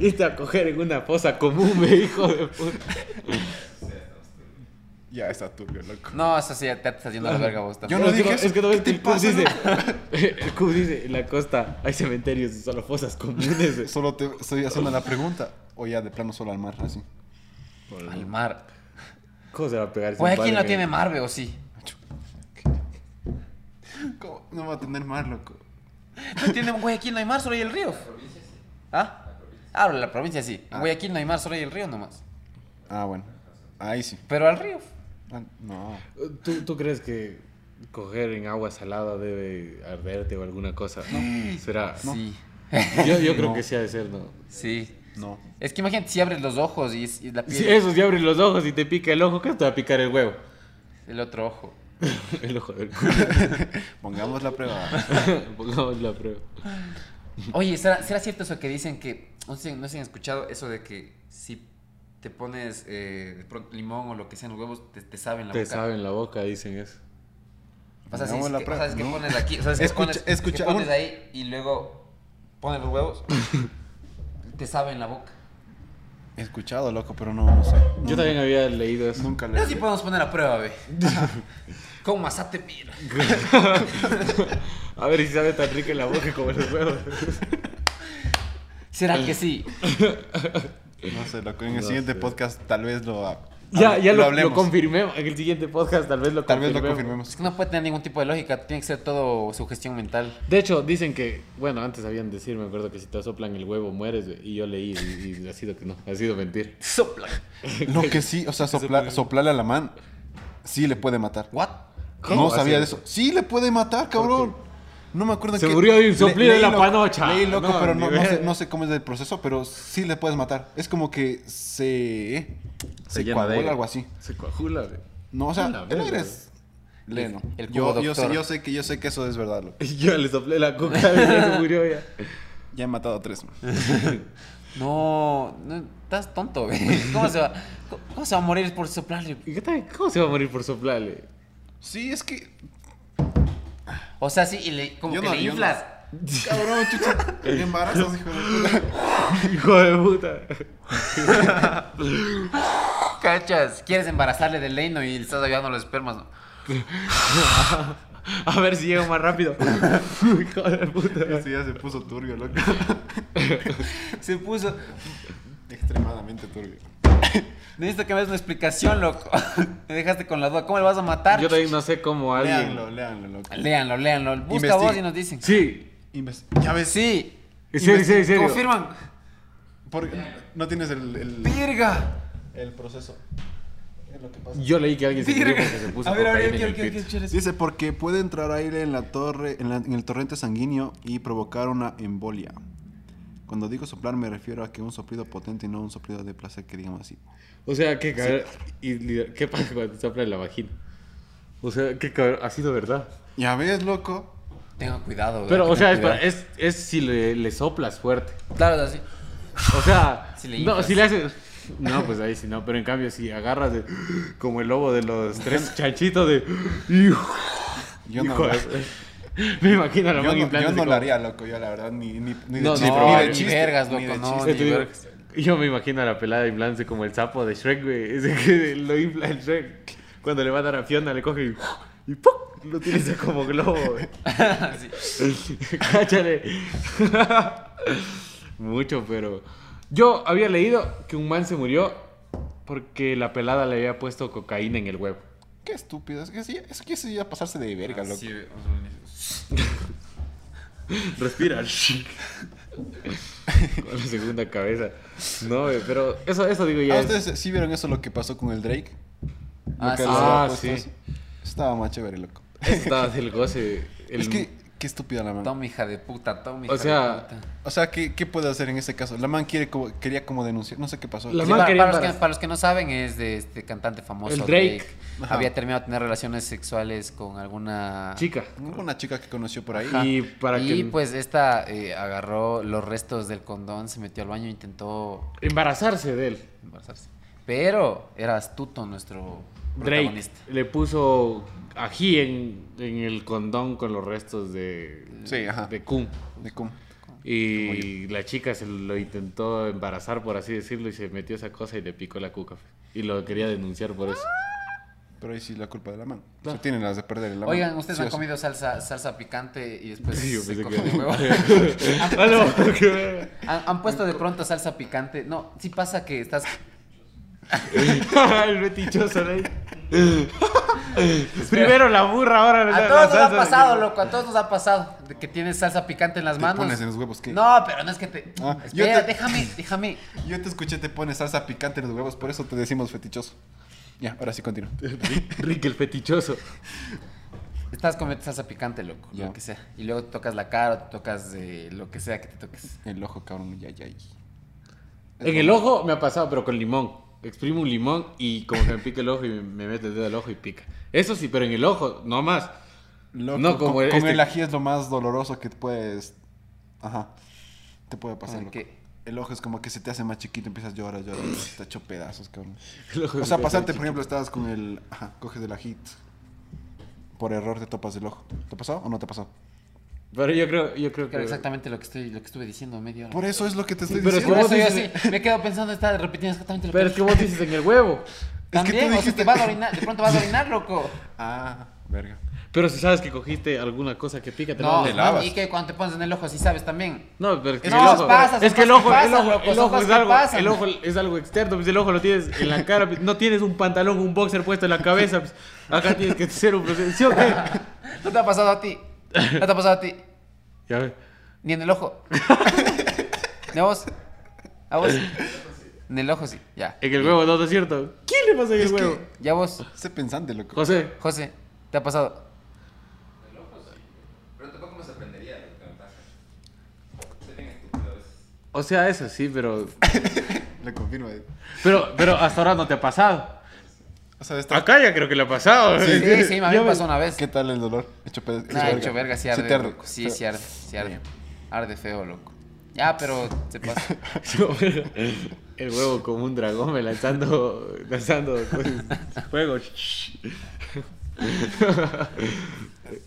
C: Irte a coger en una fosa común, me hijo de puta.
B: ya está turbio, loco.
A: No, eso sí, ya te estás yendo a la verga vos
B: Yo
A: también.
B: no
C: Es que
B: dije eso.
C: Es que no ves
B: ¿Qué
C: que
B: te
C: el Cus
B: pasa,
C: dice. El Cus dice: en la costa hay cementerios y solo fosas comunes.
B: Solo te estoy haciendo la pregunta. O ya de plano solo al mar, así.
A: Al mar.
C: ¿Cómo se va a pegar ese
A: Guayaquil
C: empalme?
A: no tiene mar, güey, o sí.
B: ¿Cómo? No va a tener mar, loco.
A: No tiene Guayaquil, no hay mar, solo hay el río. ¿Ah? Ah, la provincia sí. En
B: Ah.
A: Guayaquil no hay mar, solo hay el río nomás.
B: Ah, bueno. Ahí sí.
A: Pero al río.
B: Ah, no.
C: ¿Tú, tú crees que coger en agua salada debe arderte o alguna cosa? No. ¿Será?
A: Sí.
C: Yo, yo creo
B: No.
C: que sí ha de ser, ¿no?
A: Sí.
B: No.
A: Es que imagínate si abres los ojos y, y la piel.
C: Si eso, si abres los ojos y te pica el ojo, ¿qué te va a picar el huevo?
A: El otro ojo.
C: El ojo del culo.
B: Pongamos la prueba.
C: Pongamos la prueba.
A: Oye, ¿será, será cierto eso que dicen que. No sé, no sé si han escuchado eso de que si te pones eh, de pronto limón o lo que sea en los huevos, te, te sabe en la
C: Te
A: boca.
C: saben la boca, dicen eso.
A: O sea, si
B: Hagamos
A: es
B: la
A: que, o
B: prueba,
A: sea, es que
B: ¿no?
A: pones aquí. O sea, es que
B: Escucha-
A: pones,
B: escucha,
A: que pones
B: un-
A: ahí y luego pones los huevos. te sabe en la boca.
B: He escuchado, loco, pero no, no sé.
C: Yo también había leído eso.
B: Nunca lo
A: Eso sí
B: he
A: podemos poner a prueba, güey. Con masate mira.
C: A ver si sabe tan rica en la boca como los huevos.
A: ¿Será que sí?
B: No sé, loco. En el
C: No
B: siguiente
C: sé.
B: podcast tal vez lo ha-
C: Ya,
B: hable-
C: ya lo, lo
B: hablemos.
C: confirmemos. En el siguiente podcast tal vez lo
B: Tal vez lo
C: confirmemos.
A: Es
B: confirmemos.
A: que no puede tener ningún tipo de lógica. Tiene que ser todo sugestión mental.
C: De hecho, dicen que, bueno, antes habían decir, me acuerdo que si te soplan el huevo mueres, güey, y yo leí y, y ha sido que no, ha sido mentir.
A: Sopla.
B: Lo que sí, o sea, sopla- soplarle a la man sí le puede matar.
A: ¿What?
B: No
C: ¿Cómo
B: sabía
C: hace?
B: de eso. Sí le puede matar, cabrón. No me acuerdo en
C: Se
B: qué-
C: murió de un soplido
B: Le-
C: de la
B: leí, loco,
C: panocha.
B: Leí loco,
C: No,
B: pero no,
C: ni
B: no sé,
C: ver.
B: no sé cómo es el proceso, pero sí le puedes matar. Es como que se... Se,
C: llena de
B: coagula
C: aire.
B: algo así.
C: Se coagula, güey.
B: No, o sea,
C: A la
B: el
C: verga,
B: aire es... Leno.
A: El- el
B: yo,
A: cubo
B: yo sé,
A: doctor.
B: yo sé que yo sé que eso es verdad, loco.
C: Yo le soplé la coca y ya se murió ya.
B: Ya he matado a tres. man.
C: Eh.
A: No, no, estás tonto, güey. ¿Cómo se va, cómo- cómo se va a morir por soplarle?
C: ¿Y qué tal? ¿Cómo se va a morir por soplarle?
B: Sí, es que...
A: O sea, sí, y le, como
B: Yo
A: que
B: no,
A: le
B: yo
A: inflas.
B: Cabrón, chucha. Te embarazas, hijo de puta.
C: Hijo de puta.
A: Oh, Cachas, quieres embarazarle del leino y le estás ayudando a los espermas. ¿no?
C: A ver si llego más rápido. Hijo de puta.
B: Eso Este ya se puso turbio, loco.
A: Se puso.
B: Extremadamente turbio.
A: Necesito que me des una explicación, loco. Me dejaste con la duda. ¿Cómo le vas a matar?
C: Yo también no sé cómo alguien.
B: Leanlo, leanlo, loco.
A: Léanlo, léanlo. Busca
B: Investiga.
A: vos y nos dicen.
C: Sí.
B: Inves- Ya ves,
A: Sí.
C: En serio, en serio, en serio.
A: Confirman.
B: por- no tienes el, el,
A: Virga.
B: el proceso. Es lo que pasa.
C: Yo leí que alguien se murió
A: Virga.
C: porque se puso
A: A ver, a ver,
C: cocaína en
A: quiero,
C: el
A: quiero,
C: pito.
A: quiero escuchar eso.
B: Dice, porque puede entrar aire en la torre, en, la- en el torrente sanguíneo y provocar una embolia. Cuando digo soplar me refiero a que un soplido potente y no un soplido de placer que digamos así.
C: O sea, qué cabrón. Y, y- ¿Qué pasa cuando te sopla en la vagina? O sea, qué cabrón. Ha sido verdad.
B: Ya ves, loco.
A: Tenga cuidado, güey.
C: Pero, o
A: tenga
C: sea, es,
A: cuidado.
C: para- es, es si le, le soplas fuerte.
A: Claro, es así.
C: O sea,
A: Si le
C: no,
A: inflas.
C: si le haces. No, pues ahí sí no, pero en cambio, si agarras de- como el lobo de los tres chanchitos de. Hijo,
B: Yo no,
C: hijo
B: lo-
C: de- Me imagino a la
B: yo
C: man
B: no-
C: en plan
B: yo
C: así
B: no
C: como-
B: lo haría, loco. Yo la verdad, ni, ni, ni de
C: No,
B: chiste.
C: no,
B: ni de
C: ni
B: chiste,
A: vergas,
B: ni de
A: loco, no,
B: chiste.
C: Se
A: ni
C: este, te digo,
A: vergas.
C: Yo me imagino a la pelada inflándose como el sapo de Shrek, güey. Ese que lo infla el Shrek. Cuando le va a dar a Fiona, le coge y, y ¡pum! lo utiliza como globo, güey. Cáchale. Mucho, pero. Yo había leído que un man se murió porque la pelada le había puesto cocaína en el huevo.
B: Qué estúpido. Es que sí, es que sí, a pasarse de
C: Ah,
B: verga, loco.
A: Sí,
C: Respira. Con la segunda cabeza. No, güey, pero eso, eso digo
B: Ah,
C: ya. es-
B: ¿Ustedes sí vieron eso lo que pasó con el Drake? Lo
A: Ah,
B: que
A: sí.
B: le había
C: Ah,
B: puesto
C: sí.
B: eso. Estaba más chévere, loco.
C: Eso estaba del goce. el-
B: Es que, qué estúpida la man.
A: Tom, hija de puta, Tom, hija
C: O sea,
A: de puta.
B: O sea, ¿qué, qué puede hacer en ese caso? La man quiere como- quería como denunciar, no sé qué pasó.
C: La
A: Sí,
C: man
A: para,
C: quería
A: para los que,
C: embarazar.
A: para los que no saben, es de este cantante famoso.
C: El Drake.
B: Ajá.
A: Había terminado de tener relaciones sexuales con alguna
C: Chica.
B: Hubo una chica que conoció por ahí.
C: Y para
A: y
C: que
A: pues esta eh, agarró los restos del condón, se metió al baño e intentó
C: embarazarse de él.
A: embarazarse. Pero era astuto nuestro
C: Drake
A: protagonista.
C: le puso ají en, en el condón con los restos de,
B: Sí, ajá.
C: de Kun.
B: De cómo.
C: Y la chica se lo intentó embarazar, por así decirlo, y se metió esa cosa y le picó la cuca. fe. Y lo quería denunciar por eso.
B: Pero ahí sí la culpa de la man.
C: Claro.
B: Se tienen las de perder la man.
A: Oigan, ¿ustedes
B: Sí,
A: han
B: o sí.
A: comido salsa, salsa picante y después
C: Yo
A: se
C: pensé
A: cogen
C: que-
A: el huevo?
C: Ah, no, qué verga.
A: ¿Han, han puesto de pronto salsa picante? No, sí pasa que estás...
C: el metichoso de ahí. Primero la burra, ahora la,
A: A
C: la
A: todos nos ha
C: salsa.
A: pasado, loco, a todos nos ha pasado de que tienes salsa picante en las
B: Te
A: manos.
B: pones en los huevos, ¿qué?
A: No, pero no es que te...
B: Ah, yo
A: Espera,
B: te-
A: déjame, déjame.
B: Yo te escuché, te pones salsa picante en los huevos, por eso te decimos fetichoso. Ya, ahora sí continúa.
C: Rick el fetichoso.
A: Estás comiendo salsa picante, loco,
B: Ya.
A: lo que sea. Y luego te tocas la cara o te tocas eh, lo que sea que te toques.
B: El ojo, cabrón, ya, ya. ya.
C: En el ojo me ha pasado, pero con limón. Exprimo un limón y como que me pica el ojo y me, me mete el dedo al ojo y pica. Eso sí, pero en el ojo, no más.
B: Loco,
C: No, como
B: con,
C: el-
B: con
C: este-
B: el ají es lo más doloroso que puedes. Ajá. Te puede pasar.
A: ¿Con el
B: loco.
A: qué?
B: El ojo es como que se te hace más chiquito, empiezas a llorar, llorar, te hecho pedazos, cabrón.
C: El ojo
B: O
C: se
B: sea,
C: te
B: pasarte,
C: hace
B: por ejemplo, estabas con el. Ajá, coges el ají. Por error te topas el ojo. ¿Te ha pasado o no te ha pasado?
C: chiquito. Pero yo creo, yo creo que.
A: Creo exactamente lo que estoy, lo que estuve diciendo media hora.
B: Por eso es lo que te estoy
C: pero es
B: diciendo.
A: Por
C: ¿Cómo
A: eso yo
C: dices?
A: así me quedo pensando, está repitiendo exactamente lo
C: Pero es
A: que...
C: que vos dices en el huevo.
B: Es que
A: También,
B: tú
A: o sea,
B: dijiste-
A: te vas a orinar, de pronto vas a orinar, loco.
B: Ah, verga.
C: Pero si sabes que cogiste alguna cosa que pica, te
A: No,
C: la-
B: te lavas.
A: y que cuando te pones en el ojo, sí sabes también.
C: No, pero es que
A: No,
C: el ojo,
A: pasa, son
C: es que el
A: cosas
C: ojo,
A: que
C: el
A: pasan,
C: ojo,
A: loco,
C: el
A: son
C: ojo es
A: cosas que
C: algo,
A: pasan.
C: el ojo es algo externo, pues el ojo lo tienes en la cara, pues, no tienes un pantalón, un boxer puesto en la cabeza, pues, acá tienes que ser un proceso, ¿sí o qué?
A: No te ha pasado a ti. No te ha pasado a ti.
C: Ya ves.
A: Ni en el ojo. ¿Ni a vos? ¿A vos? En el ojo sí, ya.
C: En el huevo, no, no es cierto. ¿Quién le pasa en el
B: Es que-
C: huevo?
A: Ya vos,
B: Sé pensante, loco.
C: José.
A: José, ¿te ha pasado?
C: O sea, eso sí, pero
B: Le confirmo. eh.
C: pero pero hasta ahora no te ha pasado.
B: O sea, está.
C: Acá ya creo que le ha pasado.
A: Sí, sí, sí, a mí me
C: Ya ves.
A: pasó una vez.
B: ¿Qué tal el dolor? Hecho pedo.
A: Nah,
C: Ah,
A: hecho verga, sí arde.
B: te arde.
A: loco. Sí, sí
B: Feo.
A: arde, sí arde. Arde feo, loco. Ya, pero se pasa.
C: El huevo como un dragón me lanzando lanzando cosas, fuego.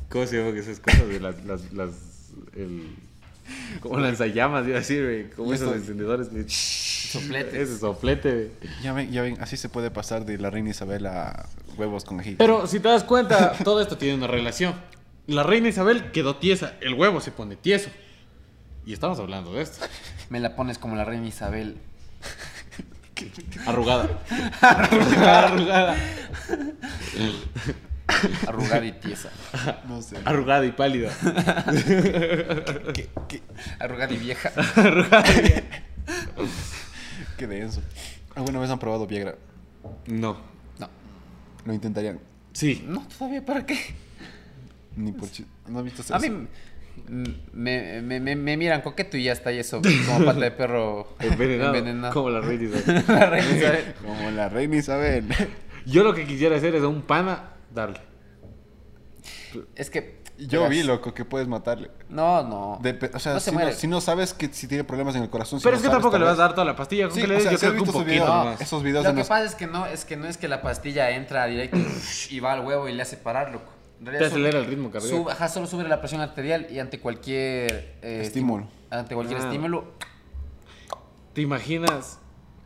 C: ¿Cómo se llama que esas cosas de las las, las el como lanzallamas iba a decir, güey, como
B: Y
C: esos
B: esto-
C: encendedores que
A: Sopletes.
C: Ese soplete. güey.
B: Ya ven, ya ven, así se puede pasar de la reina Isabel a huevos con ají.
C: Pero si te das cuenta, todo esto tiene una relación. La reina Isabel quedó tiesa, el huevo se pone tieso. Y estamos hablando de esto.
A: Me la pones como la reina Isabel.
C: Arrugada. Arrugada. Arrugada.
A: Arrugada y tiesa.
B: No sé.
C: Arrugada y pálida.
A: Arrugada y vieja.
B: Qué denso. ¿Alguna vez han probado Viagra?
C: No.
A: No.
B: Lo intentarían.
C: Sí.
A: No, todavía, ¿para qué?
B: Ni por chi- ¿No has visto eso?
A: A mí mm, me, me, me, me miran coqueto y ya está, y eso como pata de perro
C: Envenenado. Como la reina Isabel.
A: La reina Isabel.
B: Como la reina Isabel.
C: Yo lo que quisiera hacer es a un pana darle.
A: Es que.
B: Yo vi,
A: verás,
B: loco, que puedes matarle.
A: No, no.
B: Depe- o sea,
A: No se
B: si, no,
A: muere.
B: si no sabes que si tiene problemas en el corazón. si
C: Pero
B: no
C: es que
B: sabes,
C: tampoco
B: tal
C: le vas a
B: vez.
C: dar toda la pastilla. ¿Con
B: Sí,
C: que le
B: o
C: des?
B: sea,
C: Yo
B: si has
C: creo que un
B: visto su
C: poquito
B: video,
C: nomás.
B: esos videos
A: Lo
B: en
A: que
B: los-
A: pasa es que no, es que no es que la pastilla entra directo y va al huevo y le hace parar, loco. En realidad
C: Te
A: solo-
C: acelera el ritmo cardíaco.
A: sube- ajá, solo sube la presión arterial y ante cualquier eh,
B: Estímulo.
A: esti- Ante cualquier
C: Ah.
A: estímulo
C: ¿Te imaginas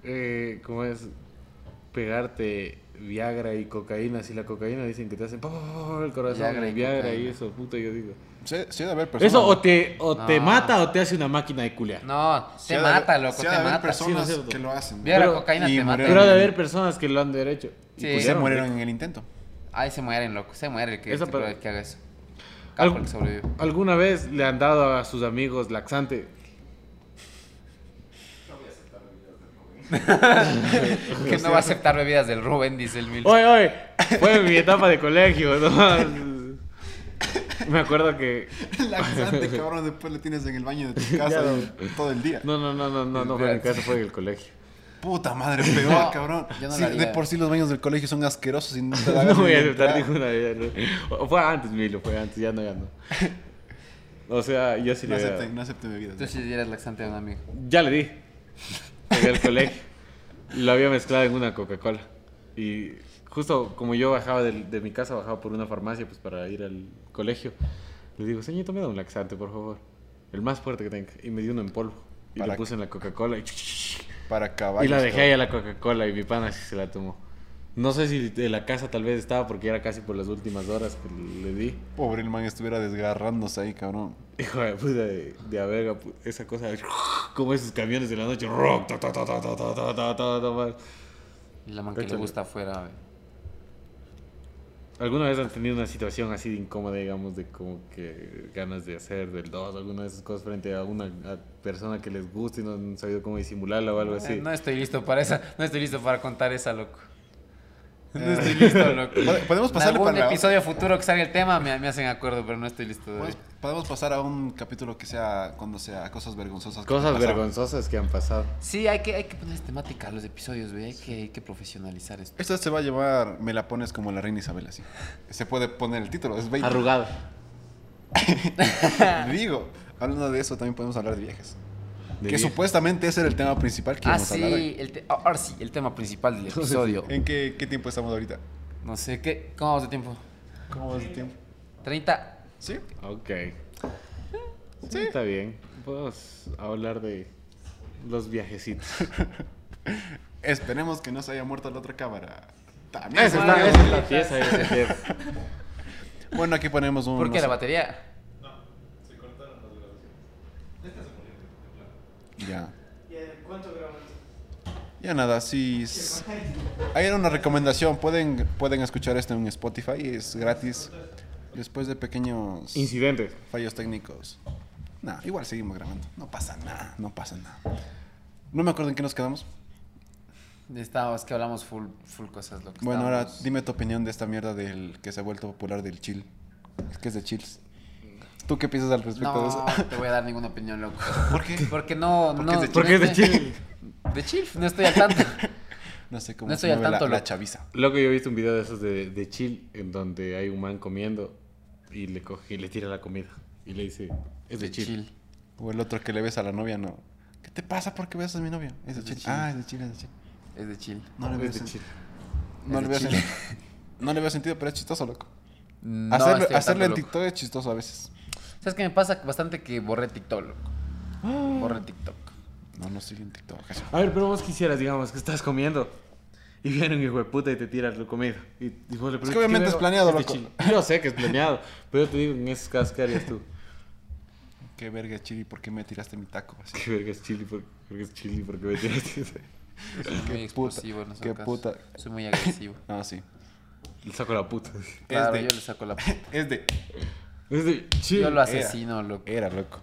C: eh, cómo es pegarte Viagra y cocaína? Si la cocaína dicen que te hacen pa, pa, pa, pa, el corazón,
A: Viagra
C: Viagra
A: y
C: y, Viagra y
A: cocaína.
C: eso, puta, yo digo.
B: Sí, sí debe haber personas.
C: Eso o te, o te
A: No.
C: mata o te hace una máquina de culear.
A: No,
B: Sí
A: te
B: ha de haber-
A: mata, loco,
B: sí
A: te
B: ha de haber
A: mata.
B: personas
C: Sí, no es cierto.
B: que lo hacen.
A: Viera
C: Pero-
A: cocaína
B: y
A: te mata.
B: murieron.
C: Pero ha de haber personas que lo han de derecho. y
A: Sí.
B: Y se
C: culearon,
B: murieron en el intento.
A: Ay, se mueren, loco, se muere el que,
C: Eso,
A: el
C: pero-
A: que- el que haga eso.
C: Algo-
A: Capo el que sobrevive.
C: ¿Alguna vez le han dado a sus amigos laxante?
A: Que no va a aceptar bebidas del Rubén, dice el Mil.
C: Oye, oye, fue mi etapa de colegio, ¿no? Me acuerdo que...
B: Laxante, cabrón, después le tienes en el baño de tu casa
C: Ya,
B: y- todo el día.
C: No, no, no, no, no, no fue en casa, fue en el colegio.
B: Puta madre, peor,
A: No,
B: cabrón.
A: yo no
B: Sí,
A: lo haría.
B: de por sí los baños del colegio son asquerosos y no te
C: No
B: hagas
C: voy
B: ni
C: a aceptar
B: entrar.
C: ninguna de ellas. ¿no? O- Fue antes, Milo, fue antes, ya no, ya no. O sea, yo sí
B: No
C: le había
B: acepten,
C: dado.
B: no acepten bebidas.
A: Tú sí eres laxante a un amigo.
C: Ya le di. En el colegio. Lo había mezclado en una Coca-Cola. Y justo como yo bajaba del- de, mi casa, bajaba por una farmacia pues para ir al colegio. Le digo, señorito, me da un laxante, por favor. El más fuerte que tenga. Y me dio uno en polvo. Y
B: Para-
C: lo puse en la Coca-Cola. Y,
B: Para caballos.
C: y la dejé
B: cabrón.
C: ahí a la Coca-Cola y mi pana sí se la tomó. No sé si de la casa tal vez estaba porque era casi por las últimas horas que le di.
B: Pobre el man estuviera desgarrándose ahí, cabrón.
C: Hijo de puta, de, de a verga, pu- esa cosa, de- como esos camiones de la noche, rock, ta, ta, ta, ta, ta, ta, ta, ta, ta, ta, man.
A: Y la man que le
C: Échale.
A: gusta afuera, ve.
C: ¿Alguna vez han tenido una situación así de incómoda, digamos, de como que ganas de hacer del dos, alguna de esas cosas frente a una a persona que les gusta y no han sabido cómo disimularla o algo así?
A: Eh, no estoy listo para esa, no estoy listo para contar esa, loco.
B: Eh.
A: No estoy listo, loco.
B: ¿pod- podemos pasarle
A: en algún
B: para la-
A: episodio futuro que salga el tema me, me hacen acuerdo, pero no estoy listo. de hoy.
B: Podemos- Pues, Podemos pasar a un capítulo que sea cuando sea cosas vergonzosas. que
C: Cosas
B: te pasaron.
C: vergonzosas que han pasado.
A: Sí, hay que, hay que poner temática a los episodios, güey. Hay que, hay que profesionalizar esto.
B: Esta se va a llevar, me la pones como la reina Isabel así. Se puede poner el título, es 20.
C: Arrugado.
B: Digo, hablando de eso también podemos hablar de viajes.
C: De
B: que
C: vieja.
B: supuestamente ese era el tema principal que
A: Ah,
B: íbamos a hablar
A: sí,
B: hoy.
A: el te- ahora sí, el tema principal del
C: Ah,
A: episodio.
B: ¿En qué, qué tiempo estamos ahorita?
A: No sé, ¿qué? ¿cómo vamos de tiempo?
B: ¿Cómo va el tiempo?
A: 30.
B: ¿Sí?
C: Ok. Sí, está bien. Podemos hablar de los viajecitos.
B: Esperemos que no se haya muerto la otra cámara. También.
C: Esa es la, esa es la pieza. ese es el-
B: Bueno, aquí ponemos un.
A: ¿Por qué la
B: no sé.
A: batería?
B: Ya.
D: ¿Cuánto grabamos?
B: Ya nada, sí. es- Ahí era una recomendación. Pueden, pueden escuchar esto en Spotify, es gratis. Después de pequeños
C: Incidentes.
B: fallos técnicos. Nah, igual seguimos grabando. No pasa nada, no pasa nada. No me acuerdo en qué nos quedamos.
A: Estábamos que hablamos full, full cosas, loco.
B: Bueno, ahora
A: Estábamos-
B: dime tu opinión de esta mierda del que se ha vuelto popular del chill. Es que es de chills. ¿Tú qué piensas al respecto de eso?
A: No, no te voy a dar ninguna opinión, loco.
B: ¿Por qué?
A: Porque no,
B: Porque
A: no.
B: es de
C: Porque es de
A: no-
C: Chile.
A: De chill, no estoy al tanto.
B: No sé cómo
A: No
B: se
A: estoy al
B: mueve la-
A: tanto,
B: la,
A: loco.
B: chaviza.
C: Loco, yo he visto un video de esos de, de chill en donde hay un man comiendo y le coge y le tira la comida y le dice, es de, chill.
B: O el otro que le ves a la novia, no. ¿Qué te pasa? ¿Por qué besas a mi novia? Es de chill. Ah, es de chill, es de chill.
A: Es de chill.
B: No le
C: Es
B: veo
C: de
B: sentido.
C: chill.
B: No
A: Es de
B: le veo
A: chill.
B: sentido. No le veo sentido, pero es chistoso, loco.
A: No,
B: Mm, hacerlo
A: estoy al
B: hacerlo
A: tanto,
B: en
A: loco.
B: TikTok es chistoso a veces.
A: ¿Sabes qué me pasa? Bastante que borré TikTok, loco. Borré TikTok.
B: No, no sigue en TikTok. cacho.
C: A ver, pero vos quisieras, digamos, que estás comiendo y viene un hijo de puta y te tira la comida. Y, y vos le preguntas,
B: que obviamente
C: "¿Qué
B: es
C: veo?".
B: planeado,
C: de
B: loco.
C: chill. Yo sé que es planeado, pero yo te digo, en esas casas, ¿qué harías tú?
B: Qué verga, Chiri, ¿por qué me tiraste mi taco? Así.
C: Qué verga es chili, porque es chili, porque me tiraste.
A: Soy muy explosivo en esos
B: qué
A: casos.
B: puta.
A: Soy muy agresivo.
B: Ah, sí.
C: Le saco la puta.
A: Claro,
B: de-
A: yo le saco la...
B: Es de.
C: Es de chill.
A: Yo lo asesino, loco.
B: Era, loco.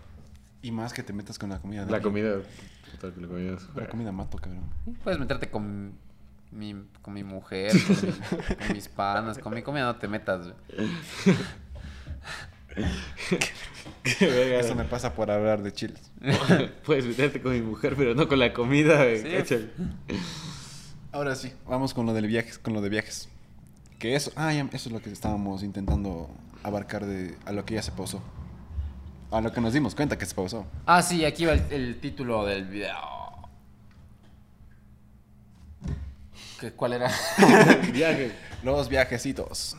B: Y más que te metas con la comida. de
C: La
B: alguien.
C: comida. puta, que La comida es-
B: La comida mato, cabrón.
A: Puedes meterte con mi, con mi mujer, con, mi- con mis panas, con mi comida no te metas, güey.
C: Qué verga.
B: Eso me pasa por hablar de chiles.
C: Puedes meterte con mi mujer, pero no con la comida, güey.
A: Sí.
C: cáchale.
B: Ahora sí, vamos con lo del viajes, con lo de viajes. Que eso, ah, ya, eso es lo que estábamos intentando abarcar de a lo que ya se pausó. A lo que nos dimos cuenta que se pausó.
A: Ah, sí, aquí va el, el título del video. ¿Qué, ¿Cuál era?
C: Viaje.
B: Los viajecitos.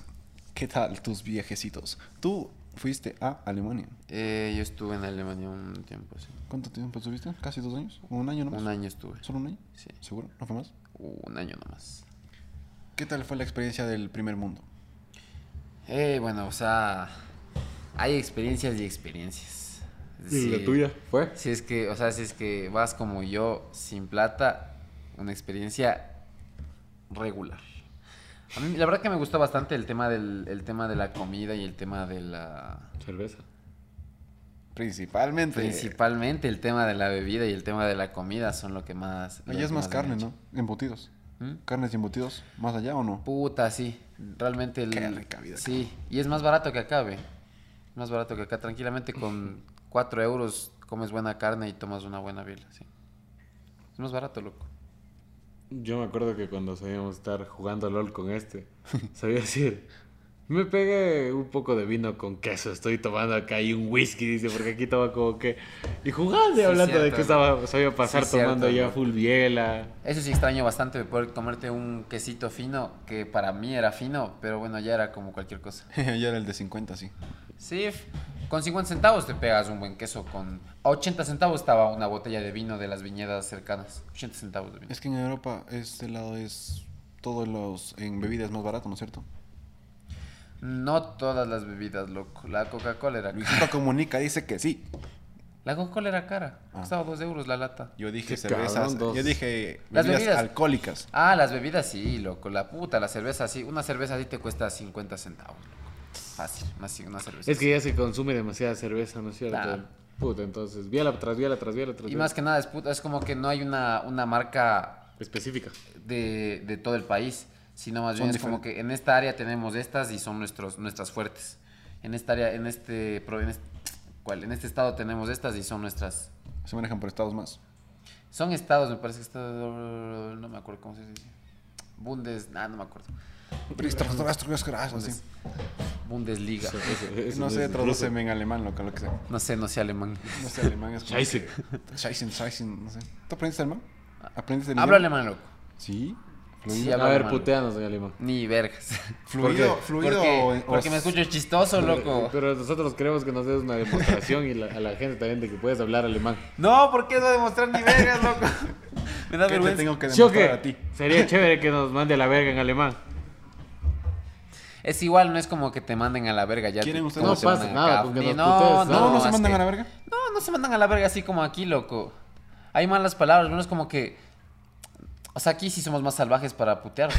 B: ¿Qué tal tus viajecitos? ¿Tú fuiste a Alemania.
A: Eh, yo estuve en Alemania un tiempo, sí.
B: ¿Cuánto tiempo estuviste? ¿Casi dos años? ¿O un año nomás?
A: Un año estuve.
B: ¿Solo un año?
A: Sí. Uh,
B: ¿Seguro? ¿No fue más?
A: Un año nomás.
B: ¿Qué tal fue la experiencia del primer mundo?
A: Eh, bueno, o sea, hay experiencias y experiencias. Es
C: ¿Y la
A: decir,
C: tuya fue?
A: Si es que, o sea, si es que vas como yo sin plata, una experiencia regular. A mí la verdad que me gustó bastante el tema del el tema de la comida y el tema de la
C: Cerveza.
B: Principalmente.
A: principalmente el tema de la bebida y el tema de la comida son lo que más lo
B: Allá es
A: que
B: más
A: me
B: carne,
A: engancha.
B: ¿no? Embutidos.
A: ¿Mm?
B: Carnes y embutidos. ¿Más allá o no?
A: Puta, sí. Realmente el.
B: Qué rica vida acá.
A: Sí, y es más barato que acá, ve. Más barato que acá. Tranquilamente con 4 euros comes buena carne y tomas una buena biela, sí. Es más barato, loco.
C: Yo me acuerdo que cuando sabíamos estar jugando LOL con este, sabía decir, me pegué un poco de vino con queso, estoy tomando acá y un whisky, dice, porque aquí estaba como que... Y jugando y
A: Sí,
C: hablando de
A: cierto.
C: que estaba, sabía pasar
A: Sí,
C: tomando
A: cierto,
C: ya
A: ¿no?
C: full biela.
A: Eso sí extraño bastante de poder comerte un quesito fino, que para mí era fino, pero bueno, ya era como cualquier cosa.
B: Allá era el de 50, sí.
A: Sí, f- con 50 centavos te pegas un buen queso. Con a 80 centavos estaba una botella de vino de las viñedas cercanas. 80 centavos de vino.
B: Es que en Europa este lado es todos los en bebidas más barato, ¿no es cierto?
A: No todas las bebidas, loco. La Coca-Cola era cara.
B: Luisito Comunica dice que sí.
A: La Coca-Cola era cara.
B: Ah.
A: Costaba 2 euros la lata.
B: Yo dije
C: Qué
B: cervezas,
C: cabrón, dos.
B: yo dije
A: Las
B: bebidas,
A: bebidas.
B: alcohólicas.
A: Ah, las bebidas sí, loco. La puta, la cerveza sí. Una cerveza sí te cuesta 50 centavos. loco. Fácil, más una cerveza.
C: Pues Es que ya se consume demasiada cerveza, ¿no es cierto?
A: Claro.
C: Puta, entonces, biela tras biela tras biela tras
A: Y más que nada, es, puta, es como que no hay una, una marca
C: Específica.
A: de, de todo el país, sino más
B: Son
A: bien es como que en esta área tenemos estas y son nuestros, nuestras fuertes. En esta área, en este, pro- en este, ¿cuál? En este estado tenemos estas y son nuestras.
B: Se manejan por estados más.
A: Son estados, me parece que estado, no me acuerdo cómo se dice. Bundes, ah, no me acuerdo.
B: Así.
A: Bundesliga.
C: Eso- eso- eso
B: No sé,
C: es
B: tradúceme en alemán, loco, lo que sea.
A: No sé, no sé alemán.
B: No sé, alemán es como...
C: Scheiße.
B: que- Scheiße, Scheiße, no sé. ¿Tú aprendiste alemán? ¿Aprendiste el
A: Hablo
B: idioma?
A: alemán, loco.
B: Sí.
A: Sí,
C: ruso.
A: hablo
C: A ver,
A: alemán.
C: puteanos en alemán.
A: Ni vergas.
B: Fluido,
C: ¿Por qué?
B: fluido o-
A: porque,
B: o-
A: porque me escucho chistoso, loco.
C: Eh, Pero nosotros queremos que nos des una demostración y la- a la gente también de que puedes hablar alemán.
A: No, ¿por qué no demostrar ni vergas, loco? Me da
B: ¿Qué te
A: vergüenza.
B: tengo que
C: ¿Sí o
B: demostrar
C: qué?
B: a ti?
C: Sería chévere que nos mande a la verga en alemán.
A: Es igual, no es como que te manden a la verga ya.
B: ¿Quieren
A: te-
B: ustedes?
A: ¿cómo
B: No
A: se
C: pasa
A: mandan
C: nada,
A: acá?
C: porque
A: Ni-
C: nos
A: no,
C: puteas.
A: no,
B: No, no se
A: es
B: mandan
A: que-
B: a la verga.
A: No, no se mandan a la verga así como aquí, loco. Hay malas palabras, menos como que. O sea, aquí sí somos más salvajes para putear.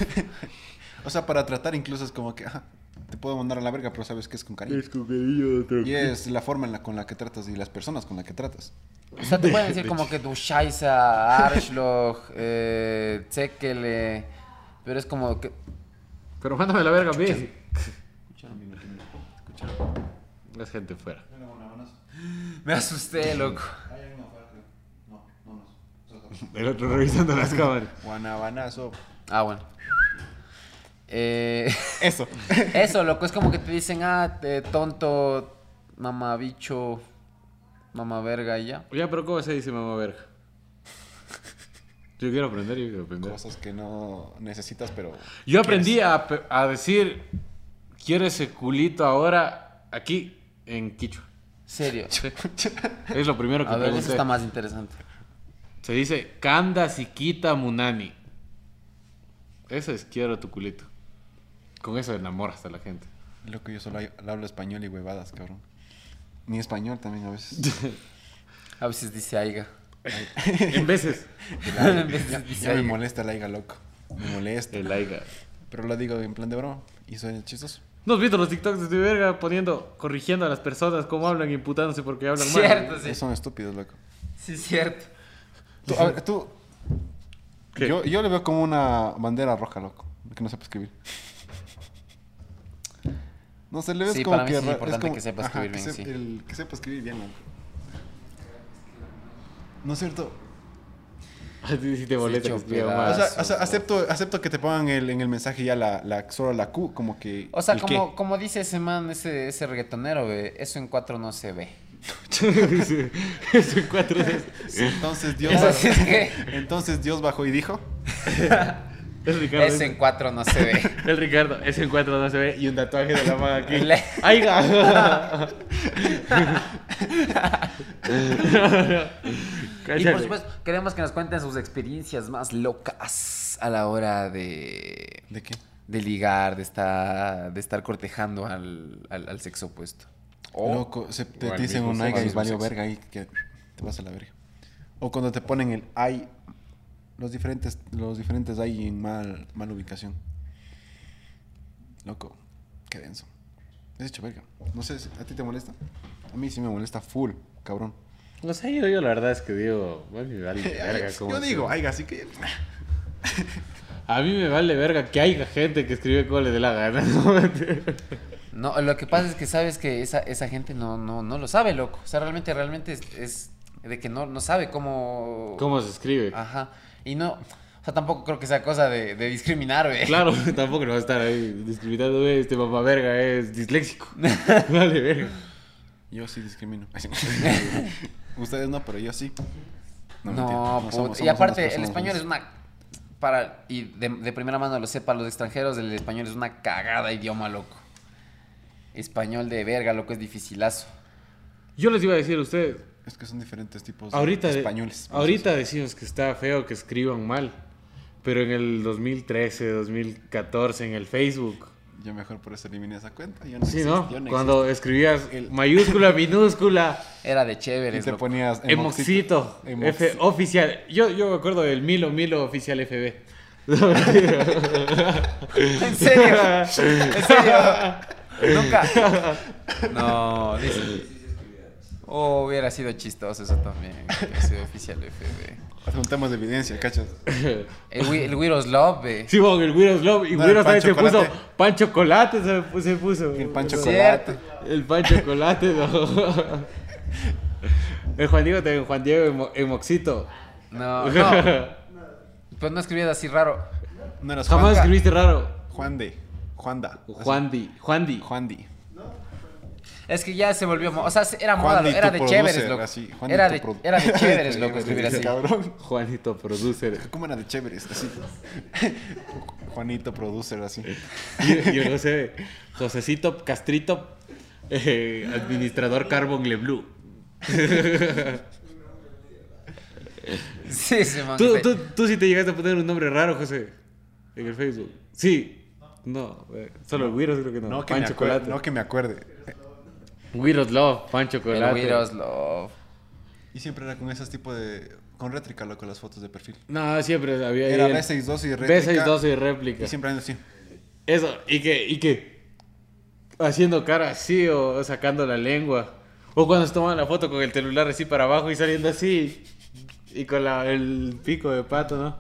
B: O sea, para tratar incluso es como que, ajá, te puedo mandar a la verga, pero sabes que es con cariño. Y es la forma en la con la que tratas y las personas con las que tratas.
A: O sea, te pueden decir como que tu Scheisse, Arschloch, eh, Zekele. Pero es como que.
C: Pero mándame a la verga a mí. Es gente fuera.
A: Me asusté, loco.
C: El otro revisando las cámaras.
B: Guanabanazo.
A: Ah, bueno. Eh,
B: Eso.
A: eso, loco, es como que te dicen, ah, te- tonto, mamabicho, mamaverga y ya.
C: Ya, pero ¿cómo se dice mamá verga? Yo quiero aprender, yo quiero aprender.
B: Cosas que no necesitas, pero.
C: Yo aprendí a, pe- a decir, quiero ese culito ahora aquí en Quichua.
A: Serio.
C: Sí. Es lo primero que
A: A ver, eso
C: pregunté.
A: está más interesante.
C: Se dice Kanda Sikita Munani. Eso es quiero tu culito. Con eso enamoras a la gente.
B: Lo que yo solo hay- hablo español y huevadas, cabrón. Ni español también a veces.
A: A veces dice Aiga.
C: en veces.
A: A veces dice
B: Ya me
A: Aiga.
B: molesta la higa, loco. Me molesta.
C: El Aiga.
B: Pero lo digo en plan de broma. Y soy chistoso.
C: ¿No has visto los TikToks de verga poniendo, corrigiendo a las personas cómo hablan y imputándose porque hablan
A: Cierto,
C: mal?
A: sí.
B: Son estúpidos, loco.
A: Sí, cierto.
B: Tú, a ver, tú.
C: ¿Qué?
B: Yo, yo le veo como una bandera roja, loco. Que no sepa escribir. No sé, le ves
A: Sí,
B: como
A: para mí sí
B: que.
A: es
B: ra-
A: importante
B: como-
A: que sepa escribir
B: que
A: bien, sí.
B: El que sepa escribir bien, loco. No es cierto.
C: A ti sí te molesta que
A: chopeazo.
C: escriban
B: O
C: mal.
B: sea, o sea, acepto, acepto que te pongan el- en el mensaje ya la, la, solo la Q, como que.
A: O sea,
B: el
A: como,
B: qué.
A: como dice ese man, ese, ese reggaetonero, ve, eso en cuatro no se ve.
C: Sí. Eso en cuatro veces.
B: Entonces Dios,
A: Eso sí es que.
B: entonces Dios bajó y dijo:
C: El Ricardo.
A: Eso en cuatro no se ve.
C: El Ricardo, ese encuentro no se ve y un tatuaje de la mano aquí.
A: Le-
C: ¡Ay, ga-
A: Y por
C: Cáchale.
A: supuesto, queremos que nos cuenten sus experiencias más locas a la hora de,
B: ¿De qué?
A: de ligar, de estar, de estar cortejando al, al- al sexo opuesto. O-
B: Loco, se- te,
C: o al
B: te dicen
C: mismo
B: un
C: sexo,
B: aiga
A: al
B: y
A: mismo
B: valió
A: sexo.
B: verga ahí que te vas a la verga. O cuando te ponen el ay, los diferentes, los diferentes ay en mal, mal ubicación. Loco, qué denso. Es hecho verga. No sé, si- ¿a ti te molesta? A mí sí me molesta full, cabrón.
C: No sé, yo, yo la verdad es que digo, "Ay, me vale verga. cómo
B: Yo
C: se-
B: digo, aiga, así que...
C: A mí me vale verga que haya gente que escribe como le dé la gana. ¿no?
A: No, lo que pasa es que sabes que esa, esa gente no, no, no lo sabe, loco. O sea, realmente, realmente es, es de que no, no sabe cómo.
C: ¿Cómo se escribe?
A: Ajá. Y no. O sea, tampoco creo que sea cosa de, de discriminar, güey.
C: Claro, tampoco no va a estar ahí discriminando, "Ve, este papá verga es disléxico. Vale verga.
B: Yo sí discrimino. Ustedes no, pero yo sí.
A: No,
B: mentira,
A: puta.
B: somos- somos
A: y
B: unas
A: aparte, el
B: personas
A: español
B: buenas.
A: es una. Para, y de, de primera mano lo sepa los extranjeros, el español es una cagada idioma, loco. Español de verga, loco, es dificilazo.
C: Yo les iba a decir a ustedes,
B: Es que son diferentes tipos de
C: ahorita, de-
B: pues, españoles.
C: ahorita decimos que está feo que escriban mal, pero en el 2013, 2014, en el Facebook.
B: Yo mejor por eso eliminé esa cuenta. Yo no
C: Sí,
B: existo,
C: ¿no?
B: yo no
C: Cuando
B: existo.
C: escribías
B: El-
C: mayúscula, minúscula,
A: Era de
B: Y
A: chévere,
B: te
A: loco.
B: ponías
C: emoxito,
B: Emoxi-
C: F oficial. Yo, yo me acuerdo del Milo, Milo oficial FB.
A: En serio, en serio. Nunca. No, dice. Oh, hubiera sido chistoso eso también. que soy oficial FB.
B: Juntamos de evidencia, cachas.
A: El, Wi- el Wiros Love, ve.
C: Sí, bueno, el Wiros Love. Y
B: No,
C: Wiros
B: el pan
C: también se puso
B: chocolate.
C: pan chocolate. Se, pu- se puso.
B: El pan
A: Cierto.
B: chocolate.
C: El pan chocolate, no. El Juan Diego también, Juan Diego en, mo- en Moxito.
B: Ah,
A: No, no. Pues no escribías así raro.
B: No eras
C: Jamás
B: Juanca.
C: escribiste raro.
B: Juan de. Juanda.
C: Juan Di, Juan Di.
B: Juan Di.
A: Es que ya se volvió. mo- O sea, era
B: Juan
A: moda,
B: Di,
A: era
B: tu
A: de chéveres,
B: producer,
A: loco.
B: así, Juan Di,
A: Era
B: tu
A: de,
B: produ-
A: era de chéveres, loco, escribir así.
B: Cabrón.
C: Juanito Producer.
B: ¿Cómo era de chéveres? Así. Juanito producer, así.
C: Yo, yo no sé. Josecito Castrito, eh, administrador Carbon Leblue.
A: Sí, sí, man.
C: ¿Tú,
A: que-
C: tú, tú sí te llegaste a poner un nombre raro, José, en el Facebook. Sí. No, eh, solo el Wiros creo que no.
B: No que,
C: pan
B: me acuer-
C: chocolate.
B: no que me acuerde.
C: Wiros Love, pan
A: El
C: chocolate.
A: Wiros Love.
B: Y siempre era con esos tipos de. Con rétrica, loco, las fotos de perfil.
C: No, siempre había.
B: Era
C: ahí el-
B: B62 y réplica.
C: B612 y réplica.
B: Y siempre ando así.
C: Eso, y que, y que. Haciendo cara así o sacando la lengua. O cuando se tomaban la foto con el celular así para abajo y saliendo así. Y con la- el pico de pato, ¿no?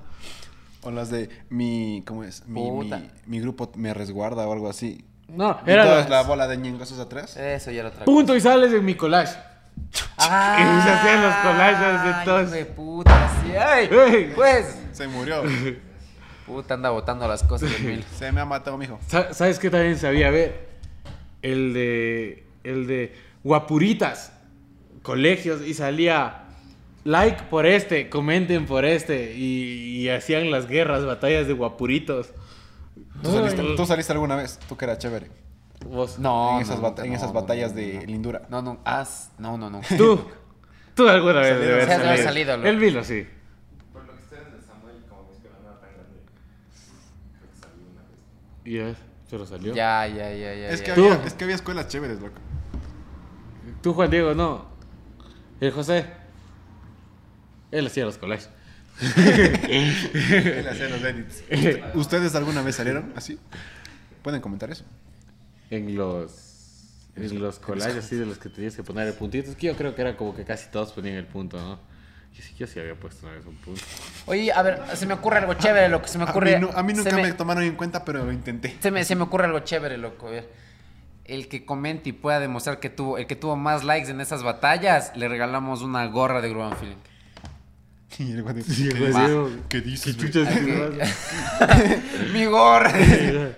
B: O las de mi. ¿Cómo es? Mi, mi,
A: Puta.
B: mi grupo me resguarda o algo así.
C: No,
B: Y
C: era
B: todas
C: la.
B: la bola de ñengosos atrás.
A: Eso ya lo traigo.
C: Punto y sales en mi collage.
A: ¡Ah!
C: Y se hacían los collages de
A: Ay,
C: todos.
A: hijo de puta, sí. ¡Ay!
C: Ey.
A: Pues.
B: Se murió.
A: Puta, anda botando las cosas del mil.
B: Se me ha matado, mijo.
C: Sa- ¿Sabes qué también sabía ver? El de. El de guapuritas. Colegios. Y salía. Like por este, comenten por este. Y, y hacían las guerras, batallas de guapuritos.
B: ¿Tú
C: Ay.
B: saliste, tú saliste alguna vez? Tú que era chévere.
C: Vos.
A: No,
B: en esas,
A: no,
B: bata-
A: no,
B: en esas
A: no,
B: batallas
A: no,
B: de
A: no.
B: lindura.
A: No, no, as. No, no, no.
C: Tú. Tú alguna vez
B: Salido,
C: de haber
B: sí, has de haber
A: salido, loco.
C: El vino, sí. Ya, pero salió.
A: Ya, ya, ya, ya.
B: Es, que
A: ya.
C: Tú.
B: había, es que había escuelas chéveres, loco.
C: Tú, Juan Diego, no. El José. Él hacía los collages.
B: Él hacía los edits. Ust- ¿Ustedes alguna vez salieron así? Pueden comentar eso.
C: En los. En los collages así de los que tenías que poner el puntito. Es que yo creo que era como que casi todos ponían el punto, ¿no? Yo sí, yo sí había puesto una vez un punto.
A: Oye, a ver, se me ocurre algo chévere, loco. Se me
B: A
A: ocurre.
B: mí, nu- a mí
A: se
B: nunca me... tomaron en cuenta, pero lo intenté.
A: Se me, se me ocurre algo chévere, loco. a ver. El que comente y pueda demostrar que tuvo, el que tuvo más likes en esas batallas, le regalamos una gorra de Urban Feeling.
B: Y el güey dijo,
C: el
B: "¿Qué
C: güey
B: dices,
C: dijo,
B: ¿Qué dices, güey?"
C: chuchas?
A: Mi gorra. El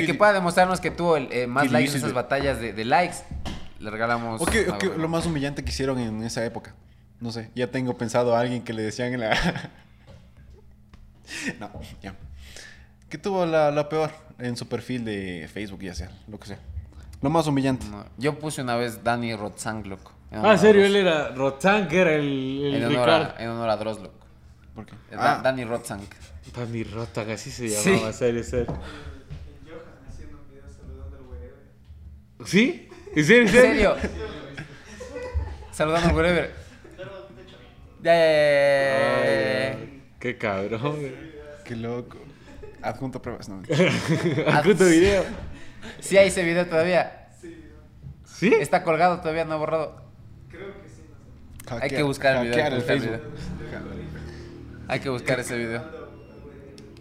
A: que
B: Mire.
A: pueda demostrarnos que tuvo el, eh, más
B: ¿Qué
A: likes en
B: dices,
A: esas
B: güey?
A: batallas de, de likes, le regalamos.
B: Ok,
A: una
B: ok,
A: gorra.
B: lo más humillante que hicieron en esa época. No sé, ya tengo pensado a alguien que le decían en la... no, ya. que tuvo la, la peor en su perfil de Facebook, ya sea, lo que sea. Lo más humillante.
A: No, yo puse una vez Danny Rotzang, loco.
C: Ah,
A: en
C: en serio,
A: honor
C: él era Rotzank, era el,
A: a-
C: el
A: En honor,
C: Ricardo.
A: a, en honor a Dross, loco.
B: ¿Por qué?
A: Eh,
B: Ah,
A: Da- Danny Rotzang.
C: Danny Rotzank, así se
A: Sí.
C: llamaba, serio, serio.
D: El Johan haciendo un video saludando al wherever.
C: ¿Sí? ¿En serio?
A: ¿En serio? Saludando al wherever. Ya, ya, ya, ya, ya,
C: Ay, Qué cabrón, güey.
B: qué loco. Adjunto pruebas, no.
C: Adjunto video.
A: ya. Sí hay ese video todavía.
C: ¿Sí?
A: Está colgado todavía, no borrado.
D: Creo que sí, no sé.
A: Hay que buscar el video,
B: hackear
A: hay que
B: el
A: buscar el Hay que buscar ese video.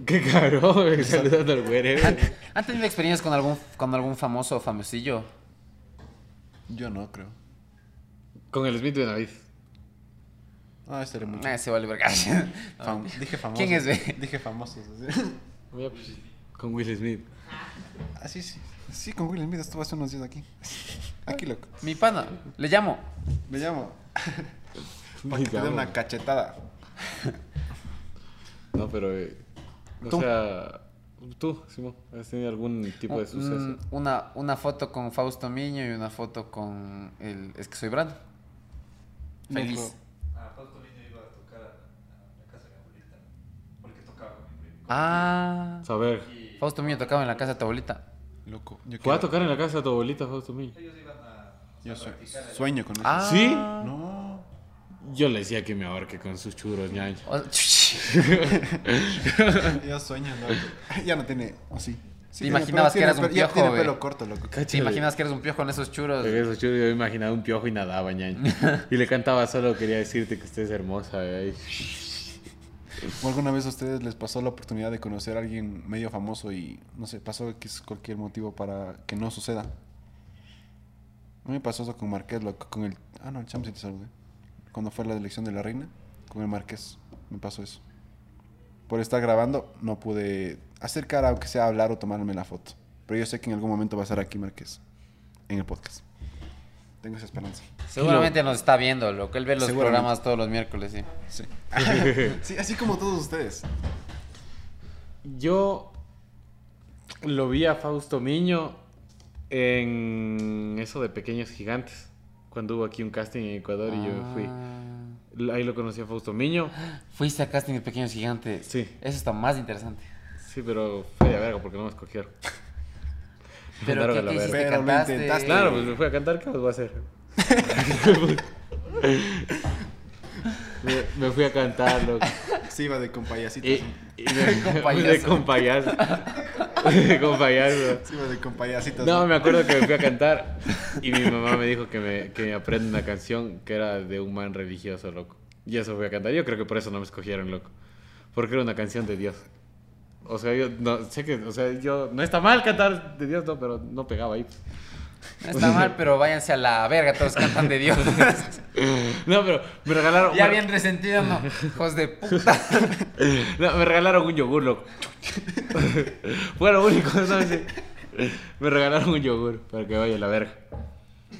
C: Qué cabrón, güey. Saludando al wherever.
A: ¿Han, han tenido experiencias con algún, con algún famoso o famosillo?
B: Yo no creo.
C: Con el Smith de Naviz.
B: Ah, este era mucho.
A: Eh, se vale verga. No,
B: Fam- dije famoso.
A: ¿Quién es, ve?
B: Dije famoso. así.
C: Con Will Smith.
B: Así Ah, sí. Sí, con Will Smith estuvo hace unos días aquí. Aquí, loco.
A: Mi pana, le llamo.
B: Me llamo. Para
C: Ay,
B: que te dé
C: cabrón.
B: una cachetada.
C: No, pero. eh,
A: Tú.
C: O sea. Tú, Simón, ¿has tenido algún tipo de
A: Un-
C: suceso?
A: Una, una foto con Fausto Miño y una foto con el... Es que soy Brando.
B: No,
A: Feliz.
D: Ah, Fausto Miño iba a tocar a, la casa de mi abuelita. Porque tocaba con mi primo.
A: Ah,
C: Saber.
A: Fausto Miño tocaba en la casa de tu abuelita.
B: Loco. Yo,
C: Fue a
B: quiero-
C: tocar en la casa de tu abuelita, Fausto Mill.
D: Ellos iban a.
B: yo sue- sueño con eso.
A: Ah.
C: ¿Sí?
B: No.
C: Yo le decía que me ahorque con sus churros, ñaño.
A: O-
B: Yo sueño, loco. Ya no tiene. O sí.
A: Te
B: Sí tiene
A: imaginabas
B: pelo,
A: que eras un
B: tiene pelo-
A: piojo,
B: Ya tiene
A: güey.
B: pelo corto, loco.
A: ¿Te imaginas que eres un piojo en esos churos?
C: Porque esos churros yo me imaginaba un piojo y nadaba, ñaño. Y le cantaba solo, quería decirte que estés hermosa, eh. bebé.
B: ¿O alguna vez a ustedes les pasó la oportunidad de conocer a alguien medio famoso y, no sé, pasó que es cualquier motivo para que no suceda? A mí me pasó eso con Marqués, loco, con el... Ah, no, el Cham sí te saludé. Cuando fue la elección de la reina, con el Marqués, me pasó eso. Por estar grabando, no pude acercar, aunque sea hablar o tomarme la foto. Pero yo sé que en algún momento va a estar aquí Marqués, en el podcast. Tengo esa esperanza.
A: Seguramente nos está viendo, lo que él ve los
B: Seguramente.
A: programas todos los miércoles, sí.
B: Sí. sí, así como todos ustedes.
C: Yo lo vi a Fausto Miño en eso de Pequeños Gigantes, cuando hubo aquí un casting en Ecuador y yo fui.
A: Ah.
C: Ahí lo conocí a Fausto Miño.
A: Fuiste a casting de Pequeños Gigantes.
C: Sí.
A: Eso está más interesante.
C: Sí, pero fue de verga porque no me escogieron. Me
A: Pero
C: mandaron
A: ¿qué,
C: a la
A: qué hiciste?
C: verga.
B: Pero lo
A: ¿Cantaste?
B: intentaste.
C: Claro, pues me fui a cantar, ¿qué más voy a hacer? me, me fui a cantar, loco.
B: Sí, iba de compañacito.
C: Y, y me,
A: Con
C: de
A: payaso.
C: con payaso. De con payaso.
B: Sí, iba de compañacitos.
C: No, me acuerdo que me fui a cantar y mi mamá me dijo que me, que me aprenda una canción que era de un man religioso, loco. Y eso fui a cantar. Yo creo que por eso no me escogieron, loco. Porque era una canción de Dios. O sea, yo no sé que, o sea, yo no está mal cantar de Dios, no, pero no pegaba ahí.
A: No está mal, pero váyanse a la verga, todos cantan de Dios.
C: No, pero me regalaron
A: ya
C: me-
A: bien resentido, ¿no? Hijos de puta.
C: No, me regalaron un yogur, loco. Fue lo único, ¿sabes? Sí. Me regalaron un yogur para que vaya a la verga.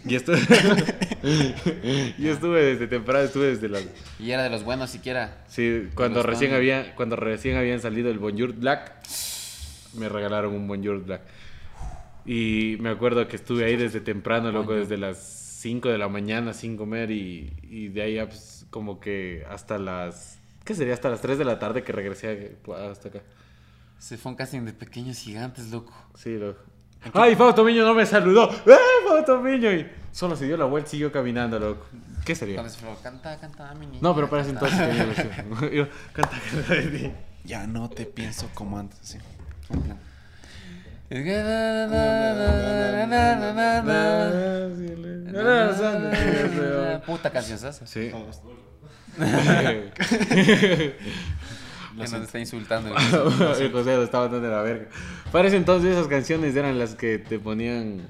C: Y estuve, yo estuve desde temprano, estuve desde la...
A: Y era de los buenos siquiera.
C: Sí, cuando
A: Los
C: recién,
A: pan.
C: había, cuando recién habían salido el Bonjour Black, me regalaron un Bonjour Black. Y me acuerdo que estuve ahí desde temprano, loco, desde las 5 de la mañana sin comer y, y de ahí ya, pues, como que hasta las... ¿Qué sería? Hasta las 3 de la tarde que regresé a- hasta acá.
A: Se fue un casting de Pequeños Gigantes, loco.
C: Sí, loco. ¡Ay, Fausto Miño no me saludó! ¡Eh, Fausto Miño! Y solo se dio la vuelta y siguió caminando, loco. ¿Qué sería?
A: Cuando se fue, canta, canta, mi niña.
C: No, pero para ese
A: canta".
C: entonces tenía ilusión. Yo, canta, canta de ti.
B: Ya no te pienso como antes, sí.
A: Puta canción, ¿sabes?
C: Sí.
B: Todos.
A: Que nos está insultando.
C: El consejo estaba dando la verga. Para ese entonces esas canciones eran las que te ponían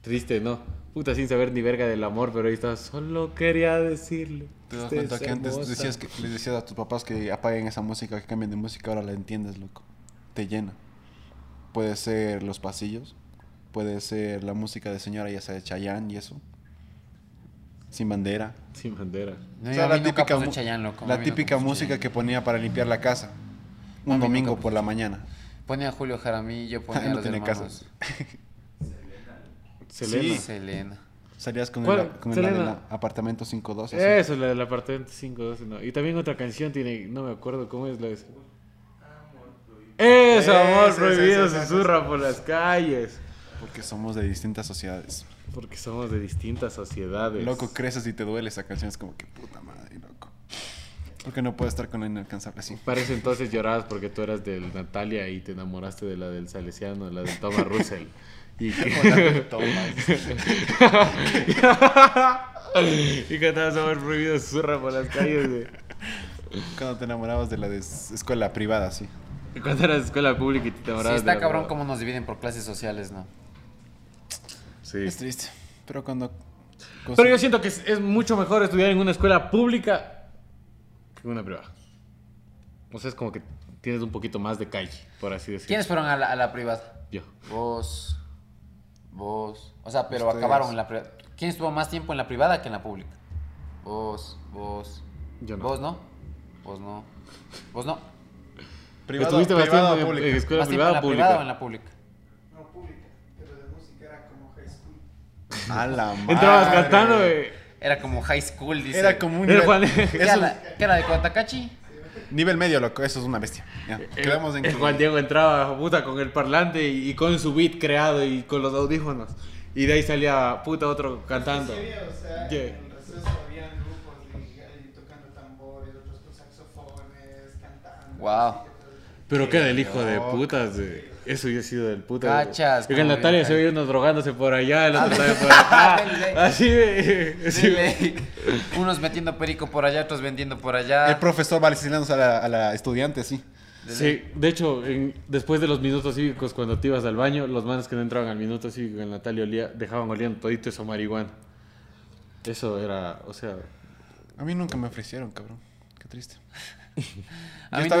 C: triste, ¿no? Puta, sin saber ni verga del amor, pero ahí estaba. Solo quería decirle.
B: Te das
C: usted
B: cuenta
C: es
B: que antes
C: hermosa".
B: decías que, les decías a tus papás que apaguen esa música, que cambien de música, ahora la entiendes, loco. Te llena. Puede ser los pasillos, puede ser la música de señora, ya sea de Chayanne y eso. Sin bandera.
C: Sin bandera.
A: No,
B: O
A: yo
B: sea,
A: a mí nunca
B: mu-
A: puse Chayanne, loco. A
B: la
A: mí nunca
B: típica
A: puse
B: música
A: Chayanne.
B: que ponía para limpiar la casa.
A: A mí
B: Un
A: nunca
B: domingo
A: puse
B: por la mañana.
A: Ponía a Julio Jaramillo, ponía a
B: Ah, no
A: los
B: tiene caso.
A: hermanos
C: Selena.
A: Selena.
B: Salías con,
C: ¿Cuál?
B: el, con el- la del
C: Selena.
B: apartamento 512. así.
C: Eso, la de la parte 512, no. Y también otra canción tiene, no me acuerdo cómo es la de... Eso, amor
B: Ese,
C: prohibido
B: ese, ese,
C: susurra por las calles.
B: Porque somos de distintas sociedades.
C: Porque somos de distintas sociedades.
B: Loco, creces y te duele esa canción. Es como que puta madre, loco. Porque no puedo estar con la inalcanzable así.
C: Para ese entonces llorabas porque tú eras del Natalia y te enamoraste de la del Salesiano, la del Thomas Russell. Y que... y cantabas amor prohibido susurra por las calles. güey.
B: Cuando te enamorabas de la de s- escuela privada, sí.
C: Y Cuando eras escuela pública y te
A: Sí,
C: enamorabas de
A: está
C: la
A: cabrón
C: privada.
A: cómo nos dividen por clases sociales, ¿no?
C: Sí.
A: este
B: Es triste. Pero cuando.
C: Pero yo siento que es, es mucho mejor estudiar en una escuela pública que en una privada. O sea, es como que tienes un poquito más de calle, por así decirlo.
A: ¿Quiénes fueron a la, a la privada?
C: Yo.
A: Vos. Vos. O sea, pero
B: Ustedes.
A: acabaron en la privada. ¿Quién estuvo más tiempo en la privada que en la pública? Vos, vos.
C: Yo no.
A: ¿Vos no? Vos no. ¿Vos no?
B: Privado,
C: ¿Estuviste más
B: privado
C: tiempo en-
B: público.
C: en escuela
A: ¿Más tiempo en
C: privada
A: la
C: o pública?
A: privada o en la pública?
E: No, pública, pero de música era como high school.
A: eh,
B: A la madre.
C: Entrabas cantando, güey.
A: Ah, Era como high school, dice.
B: Era como un.
C: Era Juan-
B: Nivel,
A: ¿Qué
B: es
A: era
B: un
A: la- qué era de Cotacachi?
B: nivel medio, loco. Eso es una bestia. Ya,
A: Eh,
C: El-
B: Eh, Quedamos en.
C: el Eh, Juan Diego entraba, puta, con el parlante y, y con su beat creado y con los audífonos. Y de ahí salía, puta, otro cantando.
E: Sí, o sea,
C: Yeah.
E: en el receso habían grupos y, ahí tocando tambores, otros con saxofones, cantando.
A: Wow.
E: así que pues, todo.
C: Pero qué del hijo de
B: loco.
C: putas, güey. Eso hubiera sido del puta.
A: Cachas,
C: Porque el
A: como
C: Natalia
A: bien,
C: se
A: cachas.
C: veía unos drogándose por allá, el
A: Ah,
C: otro
A: de-
C: también por acá.
A: Dele.
C: Así, güey. Sí, güey.
A: Dile. Unos metiendo perico por allá, otros vendiendo por allá.
B: El profesor vacilándose a la, a la estudiante, sí.
C: Sí, de hecho, en- después de los minutos cívicos, cuando te ibas al baño, los manes que no entraban al minuto cívico en Natalia olía, dejaban oliendo todito eso marihuana. Eso era, o sea,
B: A mí nunca me ofrecieron, cabrón. Qué triste.
A: A
B: Yo
A: mí
B: estaba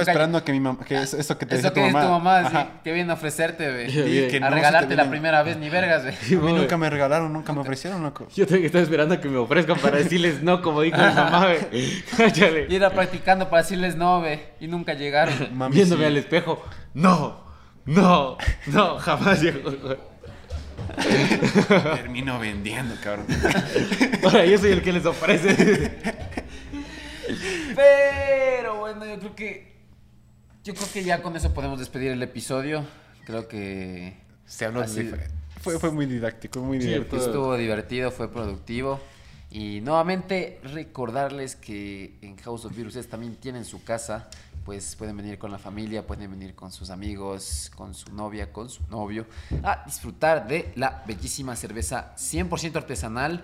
A: nunca-
B: esperando que mi mamá. Que es- eso que te
A: Eso
B: decía
A: que
B: tu
A: es
B: mamá.
A: tu mamá, sí,
B: Ajá.
A: que viene a ofrecerte, güey.
C: Sí,
B: Y que
A: a
B: no se te
A: regalarte la
B: vienen-
A: primera vez, ni vergas, güey.
B: A mí
C: eh.
B: nunca me regalaron, nunca me ofrecieron, loco.
C: yo tengo que estar esperando a que me ofrezcan para decirles no, como dijo mi mamá, güey. Cáchale.
A: Y era practicando para decirles no, güey. Y nunca llegaron.
B: Mami,
C: Viéndome
B: sí.
C: al espejo, no, no, no, jamás llegó. güey.
B: Termino vendiendo, cabrón.
C: Ahora yo soy el que les ofrece.
A: Pero bueno, yo creo que. Yo creo que ya con eso podemos despedir el episodio. Creo que.
B: Se habló
A: Así-
B: de fue, fue muy didáctico, muy
C: Sí,
B: didáctico.
C: Todo.
A: Estuvo divertido, fue productivo. Y nuevamente recordarles que en House of Viruses también tienen su casa. Pues pueden venir con la familia, pueden venir con sus amigos, con su novia, con su novio, a disfrutar de la bellísima cerveza 100% artesanal,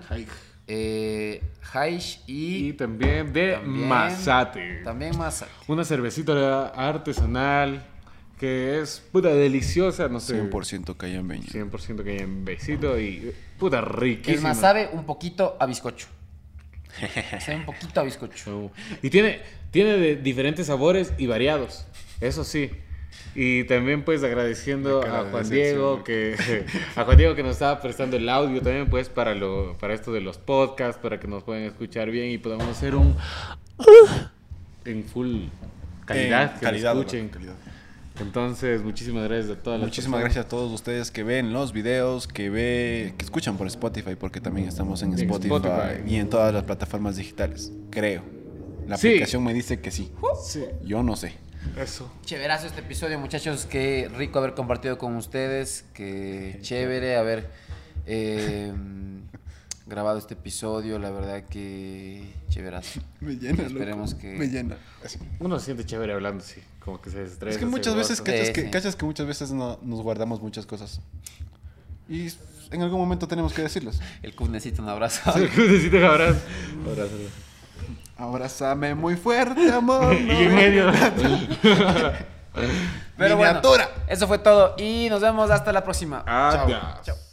A: eh, Haish y,
C: Y también de
A: también-
C: Masate.
A: También Masate.
C: Una cervecita artesanal que es puta deliciosa, no sé.
B: 100% callambeño.
C: 100% que hay en besito y puta
A: Es
C: riquísima.
A: más, sabe un poquito a bizcocho. Sabe un poquito a bizcocho.
C: No. Y tiene, tiene de diferentes sabores y variados, eso sí. Y también pues agradeciendo
B: La cara
C: a
B: de
C: Juan
B: decepción,
C: Diego
B: ¿no?
C: que a Juan Diego que nos estaba prestando el audio también pues para lo para esto de los podcasts, para que nos puedan escuchar bien y podamos hacer un en full calidad,
B: Eh,
C: que lo
B: calidad, loco,
C: escuchen.
B: calidad.
C: Entonces, muchísimas gracias a todas las
B: Muchísimas
C: personas.
B: gracias a todos ustedes que ven los videos, que ve, que escuchan por Spotify, porque también estamos en
C: En
B: Spotify,
C: Spotify.
B: y en todas las plataformas digitales, creo. La
C: Sí.
B: aplicación me dice que sí.
C: Sí,
B: Yo no sé.
C: eso.
A: Chéverazo este episodio, muchachos. Qué rico haber compartido con ustedes. Qué chévere haber eh, grabado este episodio. La verdad que chéverazo.
B: Me llena,
A: loco. Esperemos que- Me
B: Me llena.
C: Uno se siente chévere hablando, sí, como que se desestresa.
B: Es que
C: se
B: muchas veces,
C: goza.
A: Sí,
B: cachas,
A: sí.
B: que, cachas que muchas veces no- nos guardamos muchas cosas. Y en algún momento tenemos que decirlas.
A: El Cub necesita un abrazo.
C: Necesito un abrazo. Abrázalo.
B: Abrázame muy fuerte, amor.
C: Y en medio.
A: Pero bueno,
B: Miniatura.
A: eso fue todo y nos vemos hasta la próxima.
C: 아, 네. Adiós.